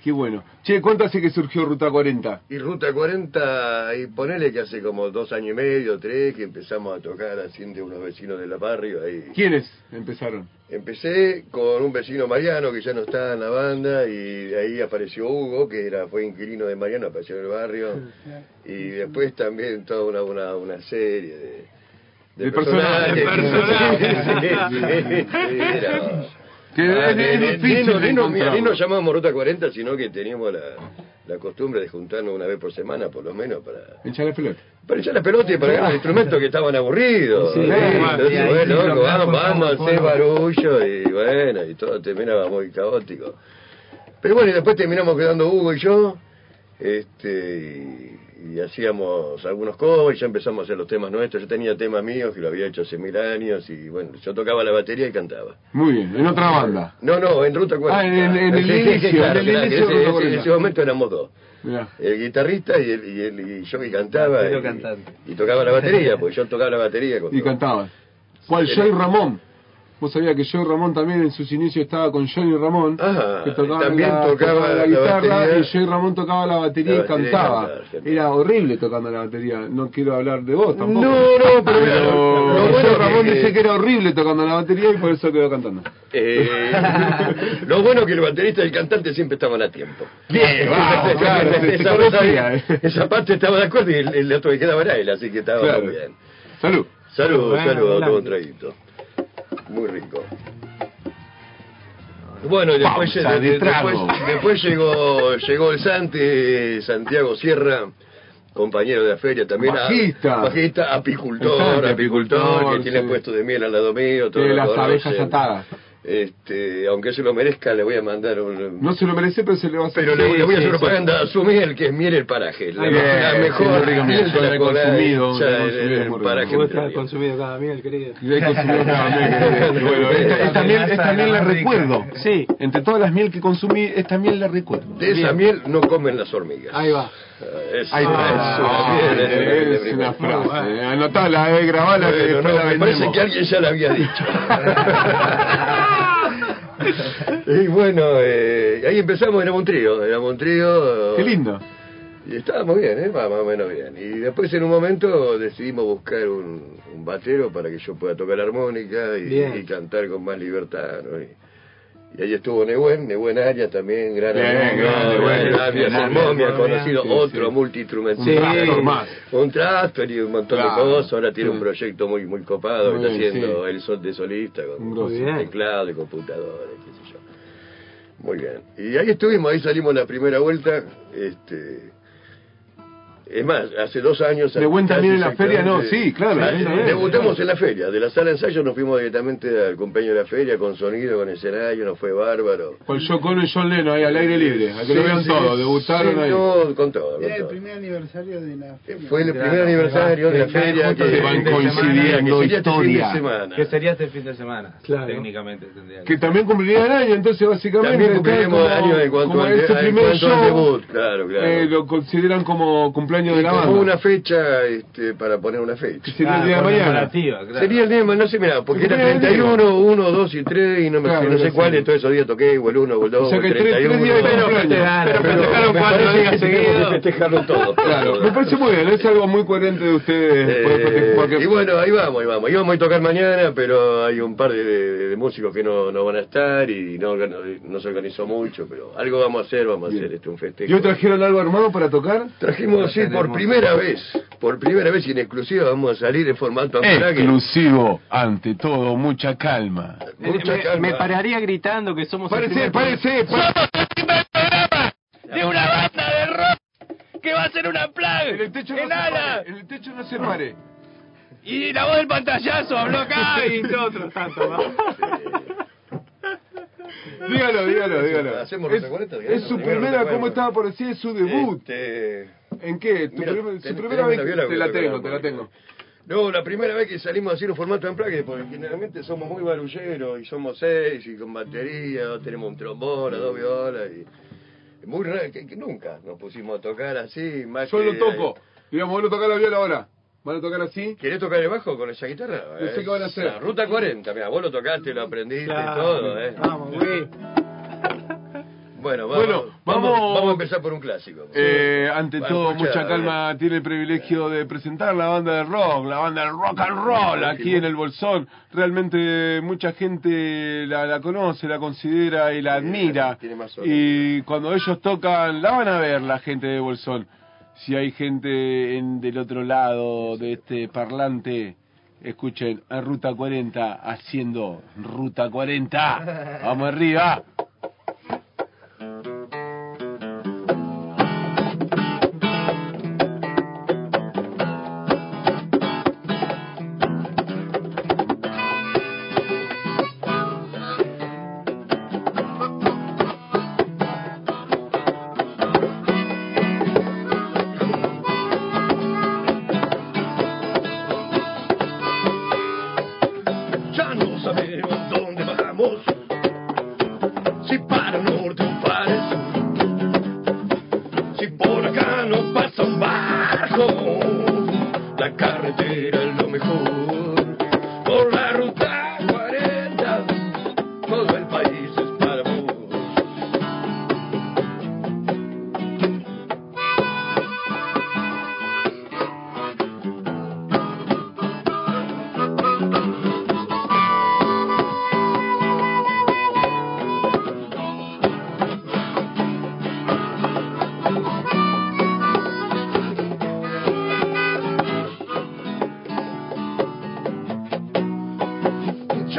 S2: Qué bueno. Che, ¿cuánto hace que surgió Ruta 40?
S13: Y Ruta 40, y ponele que hace como dos años y medio, tres, que empezamos a tocar así de unos vecinos del barrio. Ahí.
S2: ¿Quiénes empezaron?
S13: Empecé con un vecino Mariano que ya no estaba en la banda, y de ahí apareció Hugo, que era fue inquilino de Mariano, apareció en el barrio. Y después también toda una, una, una serie de,
S2: De personajes.
S13: personajes.
S2: De
S13: Sí, sí, era-
S2: Que
S13: Ah,
S2: es,
S13: de-
S2: es
S13: de-
S2: difícil
S13: ni nos-
S2: de
S13: ni nos-
S2: encontrar.
S13: ni nos llamamos Ruta 40, sino que teníamos la, la costumbre de juntarnos una vez por semana, por lo menos, para,
S2: Echar el pelota.
S13: para echar la pelota y para ganar instrumentos que estaban aburridos.
S2: Sí,
S13: Sí,
S2: claro,
S13: entonces, bueno, loco, vamos, vamos a hacer barullo y bueno, y todo terminaba muy caótico. Pero bueno, y después terminamos quedando Hugo y yo, este, y, y hacíamos algunos covers, ya empezamos a hacer los temas nuestros. Yo tenía temas míos que lo había hecho hace mil años y bueno, yo tocaba la batería y cantaba.
S2: Muy bien, en otra banda.
S13: No, no, en Ruta 40.
S2: Ah, en- en- en el
S13: Sí, sí,
S2: inicio,
S13: sí, claro,
S2: en el
S13: claro,
S2: inicio de
S13: que
S2: Ruta
S13: ese- ese-
S2: 40.
S13: En ese momento éramos dos.
S2: Mirá.
S13: El guitarrista y, el, y, el- y yo que cantaba.
S3: Yo
S13: y,
S3: cantante.
S13: y tocaba la batería, pues yo tocaba la batería. cuando-
S2: Y cantabas. ¿Cuál?
S13: Sí.
S2: Soy Ramón. Vos sabías que yo, Ramón, también en sus inicios estaba con Johnny Ramón, que tocaba,
S13: Ah, también
S2: la,
S13: tocaba
S2: la
S13: la
S2: guitarra
S13: batería.
S2: y yo y Ramón tocaba la batería
S13: La
S2: y
S13: batería y
S2: cantaba.
S13: cantaba,
S2: Era horrible tocando la batería. No quiero hablar de vos tampoco.
S13: No, no, pero-
S2: yo,
S13: lo bueno que-
S2: Ramón
S13: que-
S2: dice que era horrible tocando la batería y por eso quedó cantando.
S13: Eh, lo bueno que el baterista y el cantante siempre estaban a tiempo.
S2: Bien, vamos,
S13: Esa-
S2: Ah, claro,
S13: esa-
S2: se- se
S13: esa, parte-
S2: conocía.
S13: esa parte estaba de acuerdo y el, el otro que quedaba era él, así que estaba
S2: Claro.
S13: muy bien.
S2: Salud.
S13: Salud,
S2: Bueno,
S13: salud,
S2: adelante.
S13: otro traguito. Muy rico. Bueno, y después,
S2: Pausa
S13: de-
S2: de
S13: de- después,
S2: trago.
S13: después llegó llegó el Santi, Santiago Sierra, compañero de la feria también. a-
S2: Bajista.
S13: bajista, apicultor,
S2: El Santi,
S13: apicultor,
S2: apicultor,
S13: que tiene
S2: sí.
S13: puesto de miel al lado mío. todo
S2: De
S13: lo
S2: las
S13: conocen.
S2: abejas atadas.
S13: Este, aunque se lo merezca, le voy a mandar un...
S2: No se lo merece, pero se le va a hacer.
S13: Pero le,
S2: Sí,
S13: le voy a
S2: sí,
S13: hacer
S2: sí.
S13: propaganda a su miel, que es miel el paraje. La,
S2: Muy bien,
S13: la
S2: sí,
S13: mejor
S2: muy rica miel,
S13: miel
S2: yo la
S13: de
S2: he
S13: la Colay,
S2: consumido,
S13: ya
S2: la he
S13: el-
S2: consumido,
S13: el
S2: muy rica.
S13: paraje.
S3: Vos
S13: entre
S3: has
S13: amigos.
S3: consumido cada miel, querido.
S2: Le he consumido cada miel. Bueno, esta, esta miel, esta miel la recuerdo.
S3: Sí,
S2: Entre todas las miel que consumí, esta miel la recuerdo.
S13: De esa miel no comen las hormigas.
S3: ahí va.
S13: Ah, Es,
S2: Ahí está. Ah,
S13: es una miel, es una miel de
S2: es una
S13: primera.
S2: frase. eh. Anotala, eh, grabala, que
S13: Bueno,
S2: después
S13: no,
S2: la
S13: me parece
S2: vendemos.
S13: que alguien ya la había dicho. y bueno, eh, ahí empezamos, éramos un trío, éramos un trío.
S2: Qué lindo.
S13: Y estábamos bien, ¿eh? más más o menos bien. Y después en un momento decidimos buscar un, un batero para que yo pueda tocar la armónica y,
S3: Bien.
S13: y cantar con más libertad. ¿no? Y, y ahí estuvo Nehuen, Nehuen Arias también, gran
S2: Bien,
S13: amigo,
S2: gran Nehuen,
S13: gran Arias,
S2: gran
S13: el momia,
S2: Nehuen,
S13: conocido
S2: sí,
S13: otro
S2: sí.
S13: multiinstrumentista.
S2: Un trasto más.
S13: Un trasto y un montón
S2: Claro,
S13: de cosas. Ahora tiene
S2: sí.
S13: un proyecto muy muy copado,
S2: Muy
S13: que está
S2: bien,
S13: haciendo
S2: sí.
S13: el sol de solista con,
S2: Un
S13: con
S2: grosso.
S13: su teclado y computadores, qué sé yo. Muy bien. Y ahí estuvimos, ahí salimos la primera vuelta. Este, es más, hace dos años.
S2: De buen también en la
S13: casi
S2: feria, no,
S13: exactamente,
S2: sí, claro, eh.
S13: ah,
S2: de una vez,
S13: debutamos
S2: claro.
S13: en la feria, de la sala de ensayo nos fuimos directamente al compañero de la feria, con sonido, con escenario, nos fue bárbaro.
S2: Con Joe Cono y John Lennon ahí al aire libre. A que lo
S13: Sí,
S2: vean
S13: sí,
S2: todo. Debutaron
S13: sí,
S2: ahí.
S13: todo, con todo. con
S14: Era el
S13: todo. Eh,
S14: primer aniversario de la feria.
S13: Fue el primer aniversario de la feria
S2: juntos
S13: que
S2: se van
S13: que
S2: coincidiendo
S13: sería este fin de
S2: historias.
S13: semana.
S15: ¿Qué sería este fin de semana?
S2: Claro.
S15: Técnicamente tendría
S2: Que también cumpliría el año, entonces básicamente.
S13: También
S2: está
S13: cumpliremos
S2: como-
S13: el año en cuanto
S2: como
S13: al,
S2: ese
S13: en
S2: primer
S13: cuanto al
S2: show,
S13: debut, claro, claro.
S2: eh, lo consideran como cumpleaños de la
S13: Como
S2: banda.
S13: una fecha este, para poner una fecha.
S2: Sería el día de mañana.
S13: Sería el día de mañana, no sé, mira, porque
S2: Se
S13: era
S2: cumple el
S13: 31, 1, 2 y 3, y no, me,
S2: Claro,
S13: no sé
S2: claro,
S13: cuál
S2: sí.
S13: de todos esos días toqué, o el 1, o el 2,
S2: O sea
S13: o
S2: que
S13: el
S2: tres- tres
S13: 31.
S2: días de
S13: pero
S2: cumplearon.
S13: festejaron,
S2: Pero
S13: pero
S2: festejaron
S13: me
S2: cuatro
S13: parece
S2: días
S13: que tenemos que
S2: seguidos.
S13: festejarlo todo.
S2: Claro, me parece muy bien, es algo muy coherente de ustedes. porque-
S13: Eh,
S2: porque-
S13: y bueno, ahí vamos, ahí vamos. Íbamos a tocar mañana, pero hay un par de, de- de músicos que no, no van a estar y no, organ- no se organizó mucho, pero algo vamos a hacer, vamos a hacer este un
S2: ¿Y
S13: festejo.
S2: hoy trajeron algo armado para tocar?
S13: Trajimos, sí, por primera vez, por primera vez y en exclusiva vamos a salir en formato Amplague.
S2: Exclusivo, ante todo, mucha calma.
S13: Mucha
S3: me,
S13: calma.
S3: me pararía gritando que somos. el
S2: Parece,
S3: primer-
S2: parece,
S8: De una banda de rock que va a ser una plaga.
S2: En el techo no
S8: en
S2: se
S8: ala.
S2: pare, en el techo no se pare.
S8: Y la voz del pantallazo habló acá y otro tanto más.
S2: Dígalo, dígalo, dígalo.
S13: Hacemos
S2: es,
S13: Rotacuarenta,
S2: es
S13: digamos,
S2: su
S13: primero
S2: primera,
S13: Rotacuarenta.
S2: ¿cómo estaba por decir? Es su debut.
S13: Este,
S2: ¿En qué? Tu
S13: mira,
S2: primer-
S13: ten-
S2: su primera
S13: tenemos
S2: vez.
S13: la viola
S2: Te
S13: que
S2: la
S13: tocar
S2: tengo,
S13: un
S2: te la
S13: poquito.
S2: tengo.
S13: No, la primera vez que salimos a hacer un formato en plague, porque generalmente somos muy barulleros y somos seis y con batería, tenemos un trombón, a dos violas y es muy raro que, que nunca nos pusimos a tocar así, más
S2: Yo
S13: que-
S2: lo toco. Digamos, vos lo tocás la viola ahora. ¿Van a tocar así?
S13: ¿Querés tocar el bajo con esa guitarra? Eh,
S2: No sé qué van a hacer.
S13: La ruta 40, mira, vos lo tocaste, lo aprendiste
S3: Claro.
S13: y todo, ¿eh?
S3: Vamos, güey.
S13: Bueno, vamos,
S2: Bueno,
S13: vamos,
S2: vamos-
S13: vamos a empezar por un clásico.
S2: Eh, ante
S13: Bueno,
S2: todo,
S13: escucha,
S2: mucha
S13: eh,
S2: calma. Tiene el privilegio de presentar la banda de rock, la banda de rock and roll aquí en el Bolsón. Realmente eh, mucha gente la, la conoce, la considera y la admira.
S13: tiene más horas.
S2: Y cuando ellos tocan, la van a ver la gente de Bolsón. Si hay gente en, del otro lado de este parlante, escuchen en Ruta 40 haciendo Ruta 40. Vamos arriba.
S13: Ya no sabemos dónde bajamos. Si para el norte o para el sur. Si por acá no pasa un barco. La carretera es lo mejor. Por la ruta 40.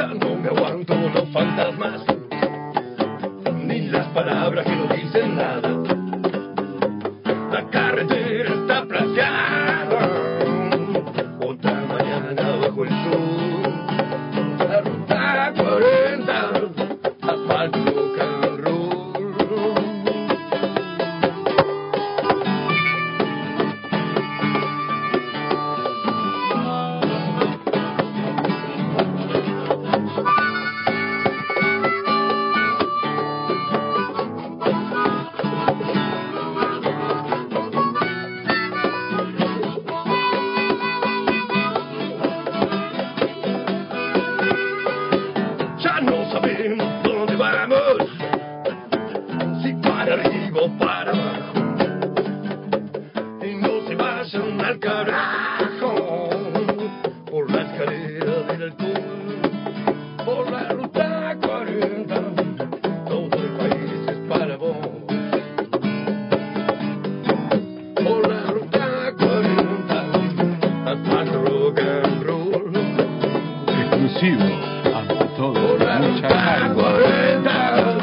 S16: los fantasmas, ni las palabras que no dicen nada. La carretera está plateada, otra mañana bajo el sol. La ruta 40, asfalto rock and roll. ya no saben dónde vamos, si para arriba o para abajo. Y no se vayan al carajo por la escalera del alcohol, por la ruta 40, todo el país es para vos. Por la ruta 40, hasta el rock and roll.
S2: Exclusivo. Ante todo, muchas
S16: La cuarenta,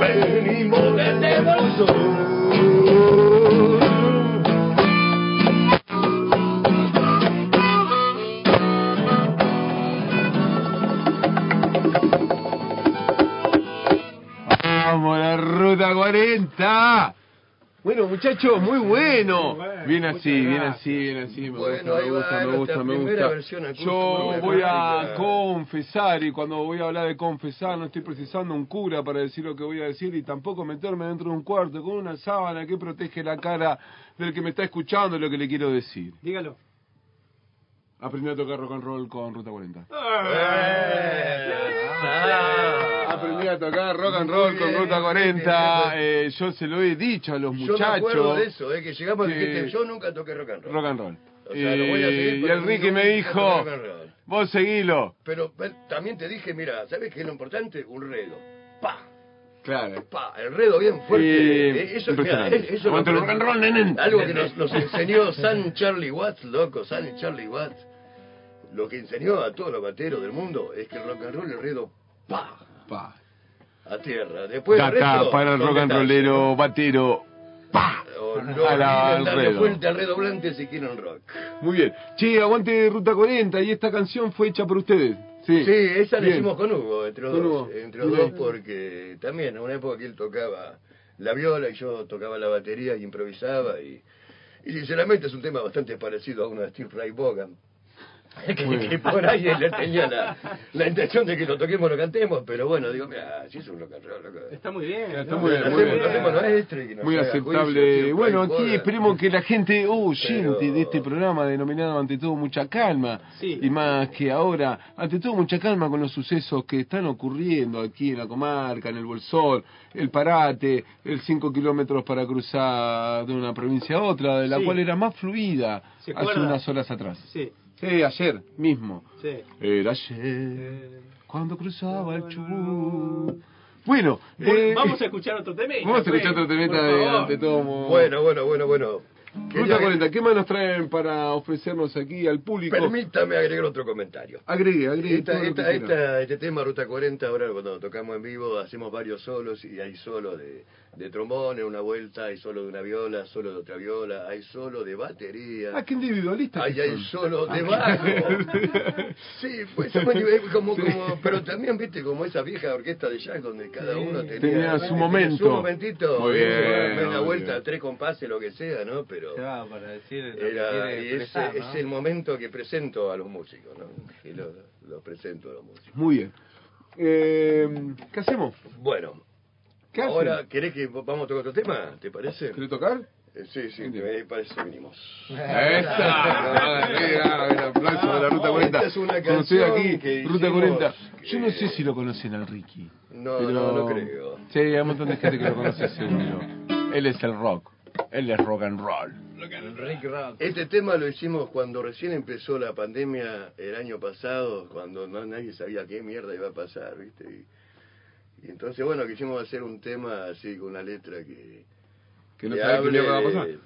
S16: venimos desde Bolsón.
S2: ¡Vamos, la ruta 40! Bueno, muchachos, muy bueno. Bien así, bien así, bien así. Me
S13: Bueno, ahí
S2: gusta,
S13: va
S2: me gusta,
S13: nuestra
S2: me
S13: primera
S2: gusta,
S13: versión
S2: me gusta.
S13: acústica
S2: Yo
S13: de
S2: voy a
S13: Metallica.
S2: confesar, y cuando voy a hablar de confesar, no estoy precisando un cura para decir lo que voy a decir, y tampoco meterme dentro de un cuarto con una sábana que protege la cara del que me está escuchando lo que le quiero decir.
S3: Dígalo.
S2: Aprendí a tocar rock and roll con Ruta 40.
S15: Ah,
S2: Aprendí a tocar rock and roll con Ruta 40. eh, yo se lo he dicho a los
S13: Yo me acuerdo
S2: muchachos.
S13: de eso, eh, que llegamos y
S2: que-
S13: dijiste, yo nunca toqué rock and roll.
S2: Rock and roll.
S13: O sea, lo voy a seguir
S2: Eh, y
S13: porque
S2: el Ricky
S13: nunca
S2: me
S13: toqué
S2: dijo,
S13: rock and roll.
S2: vos seguilo.
S13: Pero eh, también te dije, mira, ¿sabes qué es lo importante? Un redo. Pa,
S2: Claro.
S13: pa, el redo bien fuerte.
S2: Eh,
S13: Eh, eso mira,
S2: impresionante.
S13: eh, eso
S2: Aguante el rock and roll, nenen.
S13: Algo que nos, nos enseñó San Charlie Watts, loco, San Charlie Watts. Lo que enseñó a todos los bateros del mundo es que el rock and roll, el redo, pa,
S2: pa,
S13: a tierra. Después el
S2: Data
S13: resto,
S2: para el
S13: son
S2: rock and
S13: detalles.
S2: rollero, batero.
S13: O no
S2: A la
S13: olviden darle
S2: Alfredo.
S13: fuente al redoblante si quieren rock.
S2: Muy bien. Che, aguante Ruta 40 y esta canción fue hecha por ustedes. Sí,
S13: Sí, esa la
S2: Bien.
S13: hicimos con Hugo, entre los
S2: Con
S13: dos.
S2: Hugo.
S13: Entre los
S2: Bien.
S13: dos porque también en una época que él tocaba la viola y yo tocaba la batería y improvisaba y, y sinceramente es un tema bastante parecido a una de Steve Ray Vaughan. Que,
S16: Bueno.
S13: que por ahí él tenía la, la intención de que lo toquemos, lo cantemos, pero bueno, digo, mira, sí es un rock and roll, loco.
S3: Está muy bien.
S2: Está muy bien,
S13: Hacemos-
S2: muy bien.
S13: hacemos lo nuestro y que nos
S2: Muy
S13: haga
S2: aceptable.
S13: juicio, tío,
S2: bueno,
S13: Ray Vaughan.
S2: aquí esperemos que la gente oyente de este programa denominado ante todo mucha calma
S3: Sí.
S2: y más que ahora, ante todo mucha calma con los sucesos que están ocurriendo aquí en la comarca, en el Bolsón, el Parate, el 5 kilómetros para cruzar de una provincia a otra, de la
S3: Sí.
S2: cual era más fluida
S3: ¿Se
S2: hace
S3: acuerda?
S2: unas horas atrás.
S3: Sí,
S2: Sí, ayer mismo.
S3: sí.
S2: Era
S3: Eh.
S2: ayer cuando cruzaba el Chubut. Bueno,
S3: Bueno,
S2: eh,
S3: vamos a escuchar otro tema.
S2: Vamos a escuchar otro temita de ante todo. mo-
S13: Bueno, bueno, bueno, bueno.
S2: Ruta 40, ¿qué más nos traen para ofrecernos aquí al público?
S13: Permítame agregar otro comentario.
S2: Agregue, agregue.
S13: Esta-
S2: todo lo que
S13: esta-
S2: quiera.
S13: esta- este tema, Ruta 40, ahora cuando tocamos en vivo hacemos varios solos y hay solo de, de trombón en una vuelta, hay solo de una viola, solo de otra viola, hay solo de batería.
S2: Ah, qué individualista.
S13: Ay,
S2: que
S13: ay,
S2: son.
S13: solo de
S2: Ah,
S13: bajo.
S2: claro.
S13: Sí, pues somos nivel- como, como, pero también viste como esa vieja orquesta de jazz donde cada uno tenía,
S2: Tenía su momento.
S13: su momentito,
S2: Muy bien,
S13: en
S2: muy
S13: la vuelta
S2: bien.
S13: tres compases lo que sea, ¿no? Pero
S15: Ah, para decir lo que
S13: era,
S15: quiere
S13: y ese
S15: expresar, ¿no?
S13: es el momento que presento a los músicos, ¿no? Y lo, lo presento a los músicos.
S2: Muy bien. Eh, ¿Qué hacemos?
S13: Bueno,
S2: ¿Qué
S13: ahora
S2: hacen?
S13: querés que vamos a tocar otro tema, ¿te parece?
S2: ¿Querés tocar?
S13: Eh, Sí, sí, eh, para eso vinimos.
S2: ¡Esa! Mira, un aplauso de la Ruta 40.
S13: Esta es una
S2: Conocido
S13: canción
S2: aquí,
S13: que
S2: Ruta
S13: hicimos,
S2: 40. Yo no sé si lo conocen al Ricky.
S13: No,
S2: pero-
S13: no, no creo.
S2: Sí, hay un montón de gente que lo conoce seguro. Él es el rock. Él es rock and roll.
S13: Este tema lo hicimos cuando recién empezó la pandemia el año pasado, cuando no, nadie sabía qué mierda iba a pasar, ¿viste? Y, y entonces, bueno, quisimos hacer un tema así, con una letra que...
S2: Que no sabía qué
S13: hable
S2: mierda va a pasar.
S13: de-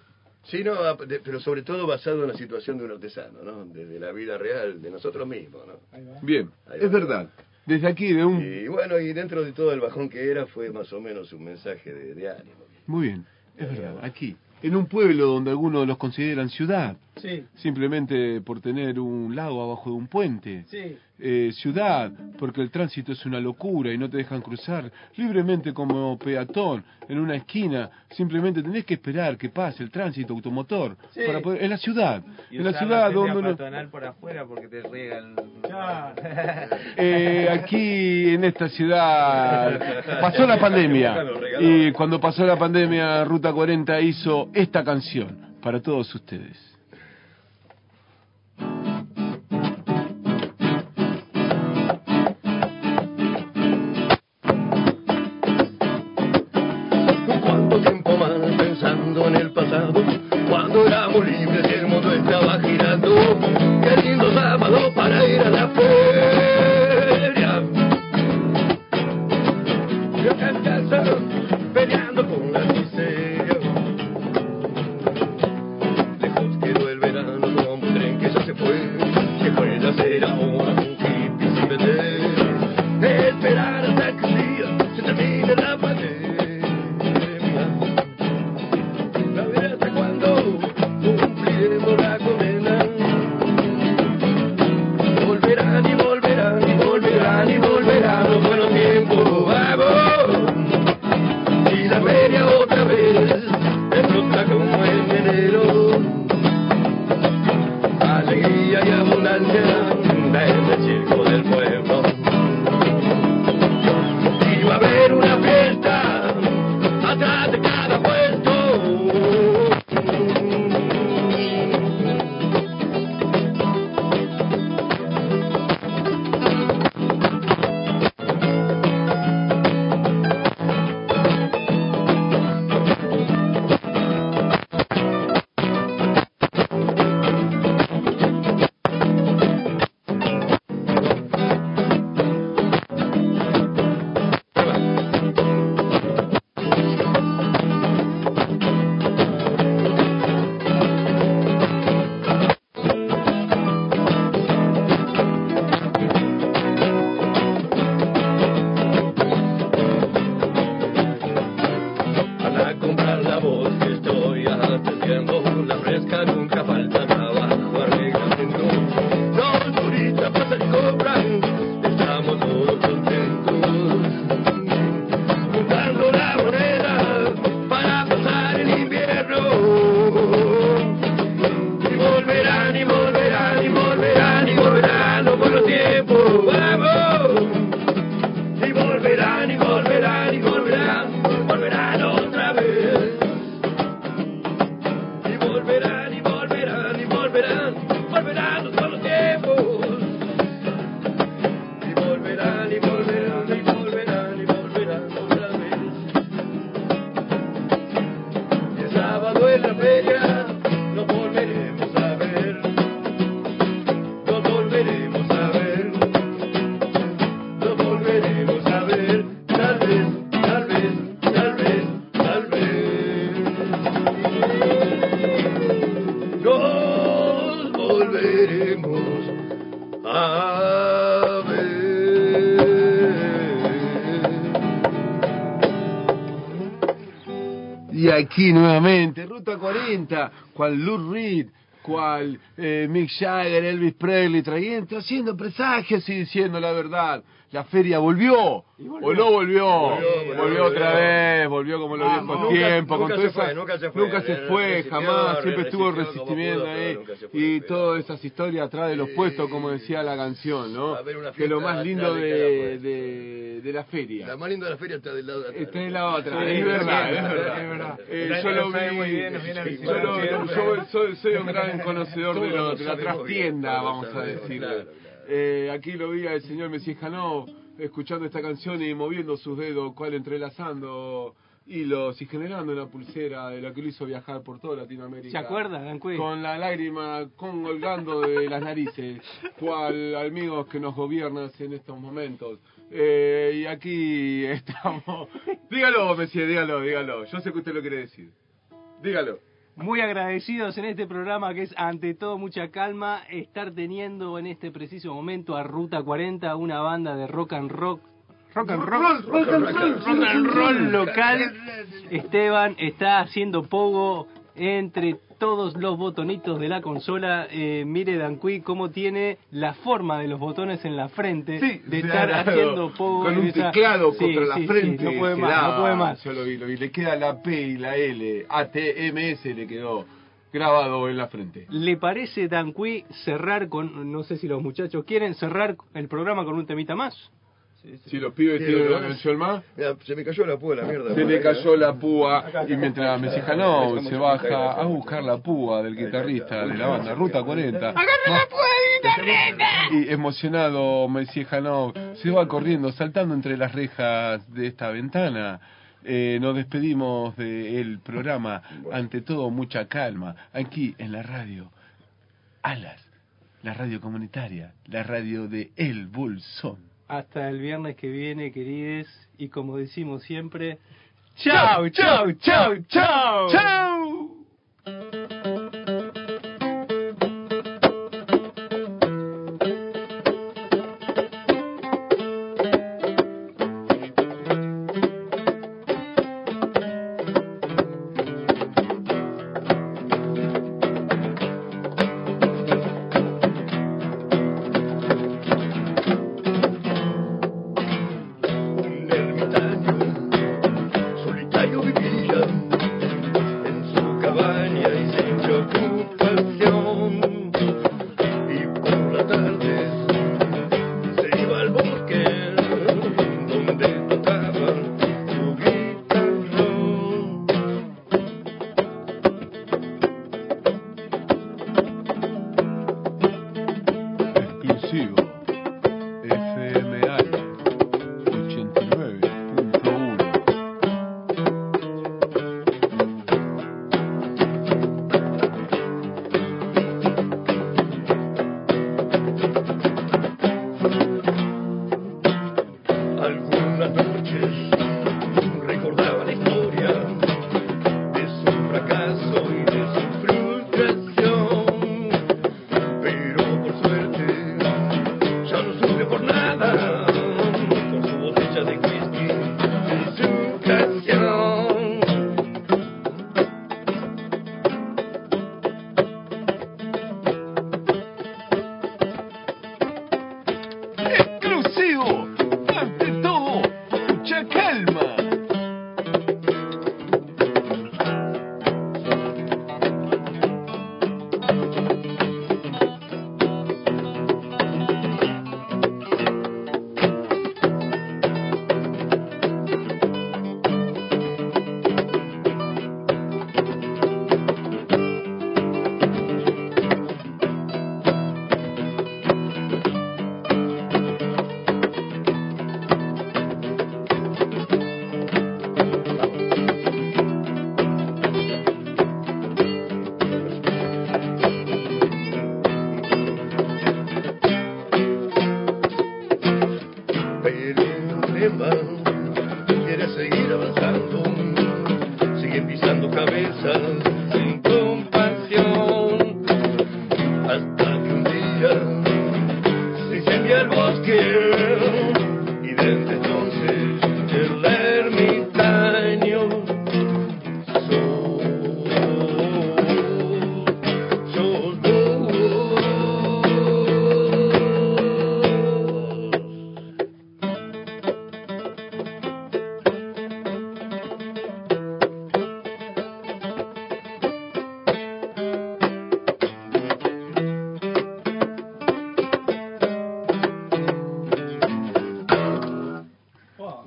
S13: Sí, no, a- de- pero sobre todo basado en la situación de un artesano, ¿no? Desde la vida real, de nosotros mismos, ¿no?
S2: Bien,
S13: Ahí va.
S2: es verdad. Desde aquí, de un...
S13: Y bueno, y dentro de todo el bajón que era, fue más o menos un mensaje de, de ánimo.
S2: Muy bien, es verdad, aquí. En un pueblo donde algunos los consideran ciudad,
S13: Sí.
S2: simplemente por tener un lago abajo de un puente.
S13: Sí.
S2: Eh, ciudad, porque el tránsito es una locura y no te dejan cruzar libremente como peatón en una esquina. Simplemente tenés que esperar que pase el tránsito automotor.
S15: Sí.
S2: Para poder- en la ciudad,
S15: Y
S2: en la
S15: usar
S2: ciudad
S15: feria
S2: donde uno-
S15: peatonal por afuera porque te riegan.
S2: Eh, aquí en esta ciudad pasó la pandemia y cuando pasó la pandemia Ruta 40 hizo esta canción para todos ustedes.
S16: ¿Cuánto tiempo más pensando en el pasado? Cuando éramos libres y el mundo estaba girando. Qué lindo sábado para ir a la feria. Yo cansado peleando con la miseria. Lejos quedó el verano como un tren que ya se fue. Se puede hacer ahora un hippie sin vender. Esperar hasta que un día se termine la pandemia. A ver hasta cuándo cumpliremos la condena. Volverán y volverán y volverán y volverán los buenos tiempos. ¡Vamos! Y la feria otra vez explota como en enero. Alegría y abundancia desde el circo del pueblo. Y va a haber una fiesta atrás de cada puesto. Para comprar la voz que estoy atendiendo, la fresca nunca falta trabajo, arreglamiento. Los turistas pasan y compran, estamos todos contentos. Juntando la moneda para pasar el invierno. Y volverán, y volverán, y volverán, y volverán los buenos tiempos, vamos. Y volverán, y volverán, y volverán volverán otra vez. Y volverán, y volverán, y volverán, volverán los buenos tiempos. Y volverán, y volverán, y volverán, y volverán otra vez. Y el sábado en la feria nos volveremos a ver. Nos volveremos a ver. Nos volveremos a ver, tal vez, tal vez. Tal vez, tal vez nos volveremos a
S2: Y aquí nuevamente, Ruta 40, cual Lou Reed, cual eh, Mick Jagger, Elvis Presley, trayendo, haciendo presagios y diciendo la verdad. La feria volvió, o no volvió, volvió, otra vez, volvió como los viejos
S13: Vamos. Nunca-
S2: tiempos.
S13: nunca
S2: con
S13: se
S2: toda
S13: fue,
S2: esa-
S13: nunca se fue.
S2: nunca se
S13: Re-
S2: fue,
S13: resistió,
S2: jamás, siempre estuvo
S13: resistió como
S2: resistimiento
S13: pudo,
S2: ahí.
S13: claro, nunca se fue,
S2: Y todas esas historias atrás de los puestos, como decía la canción, ¿no? Que lo más lindo
S13: atrás de
S2: de, de- de la feria.
S13: La más linda de la feria está del lado de atrás.
S2: Está en Eh, la otra, es verdad, es verdad, es verdad. Eh, yo lo vi, yo lo- yo soy, soy un gran conocedor de,
S13: Todos
S2: lo-
S13: lo
S2: de la
S13: sabemos
S2: trastienda,
S13: bien, todos
S2: vamos a
S13: sabemos,
S2: decirle.
S13: claro,
S2: Eh, aquí lo vi al señor Mesías Janó escuchando esta canción y moviendo sus dedos, cual entrelazando hilos y generando una pulsera de lo que lo hizo viajar por toda Latinoamérica.
S3: ¿Se acuerda, Dancuy?
S2: Con la lágrima colgando de las narices, cual amigos que nos gobiernas en estos momentos. Eh, y aquí estamos. Dígalo, Messi, dígalo, dígalo. Yo sé que usted lo quiere decir. Dígalo.
S3: Muy agradecidos en este programa que es ante todo mucha calma estar teniendo en este preciso momento a Ruta 40 una banda de rock and rock rock and roll, rock and roll, rock and roll local. Esteban está haciendo pogo entre todos los botonitos de la consola. Eh, mire Danqui cómo tiene la forma de los botones en la frente de estar
S2: claro,
S3: haciendo pogo
S2: Con
S3: en
S2: un
S3: esa-
S2: teclado
S3: Sí,
S2: contra la
S3: sí, sí,
S2: frente.
S3: no puede más,
S2: quedaba.
S3: no puede más.
S2: Yo lo vi, lo vi. Le queda la P y la L. ATMS le quedó grabado en la frente.
S3: ¿Le parece, Danqui, cerrar con, no sé si los muchachos quieren, cerrar el programa con un temita más?
S2: Si los pibes tienen la canción más.
S17: se me cayó la púa, la mierda.
S2: Se le
S13: ¿eh?
S2: cayó la púa y mientras
S17: Ahí
S2: Mesijanov
S17: estamos,
S2: se
S17: ahí
S2: baja
S17: estamos.
S2: a buscar la púa del guitarrista de la banda Ruta Ah. 40.
S13: la
S2: Y emocionado Mesijanov se va corriendo, saltando entre las rejas de esta ventana. Eh, nos despedimos del programa. Ante todo, mucha calma. Aquí en la radio. Alas, la radio comunitaria, la radio de El Bolsón.
S3: Hasta el viernes que viene, querides, y como decimos siempre, ¡Chao, chao, chao, chao!
S13: ¡Chao! Un ermitaño solitario vivía en su cabaña y sin preocupación. Y por las tardes se iba al bosque donde tocaba su guitarrón.
S2: Exclusivo FMA 89.1
S13: Algunas noches recordaba la historia de su fracaso y de su frustración, pero por suerte ya no sufre por nada, por su botella de whisky y su canción.
S2: exclusivo. Ante todo, mucha calma.
S13: pero el problema era seguir avanzando. Siguen pisando cabezas sin compasión. Hasta que un día se incendia el bosque. Y desde entonces el ermitaño sol, sol,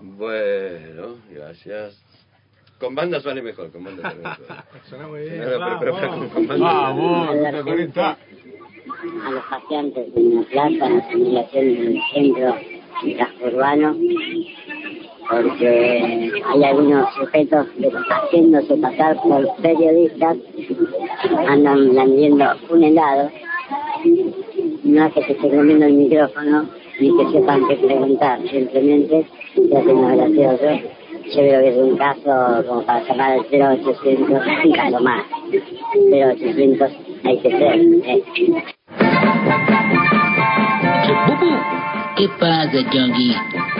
S17: Bueno, gracias. Con banda suena mejor, con banda suena mejor.
S3: Suena muy
S17: No, no, pero- pero- pero con- con banda-
S10: a los paseantes en la plaza, en las inmediaciones del centro del casco urbano, porque hay algunos sujetos que, haciéndose pasar por periodistas, andan blandiendo un helado, no hace que se comiendo el micrófono ni que sepan qué preguntar, simplemente se hacen los graciosos
S6: Yo creo que es un caso como para cerrar el 0800, un caso más. 0800 hay que ser. ¿eh?
S1: ¿Qué pasa, Yogi?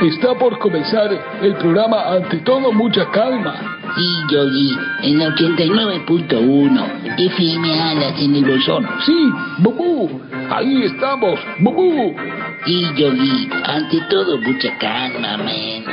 S1: Está por comenzar el programa Ante todo, mucha calma. Sí, Yogi, en 89.1, FM Alas en el bolsón. Sí, Bubú, ahí estamos, Bubú. Sí, Yogi, ante todo, mucha calma, men.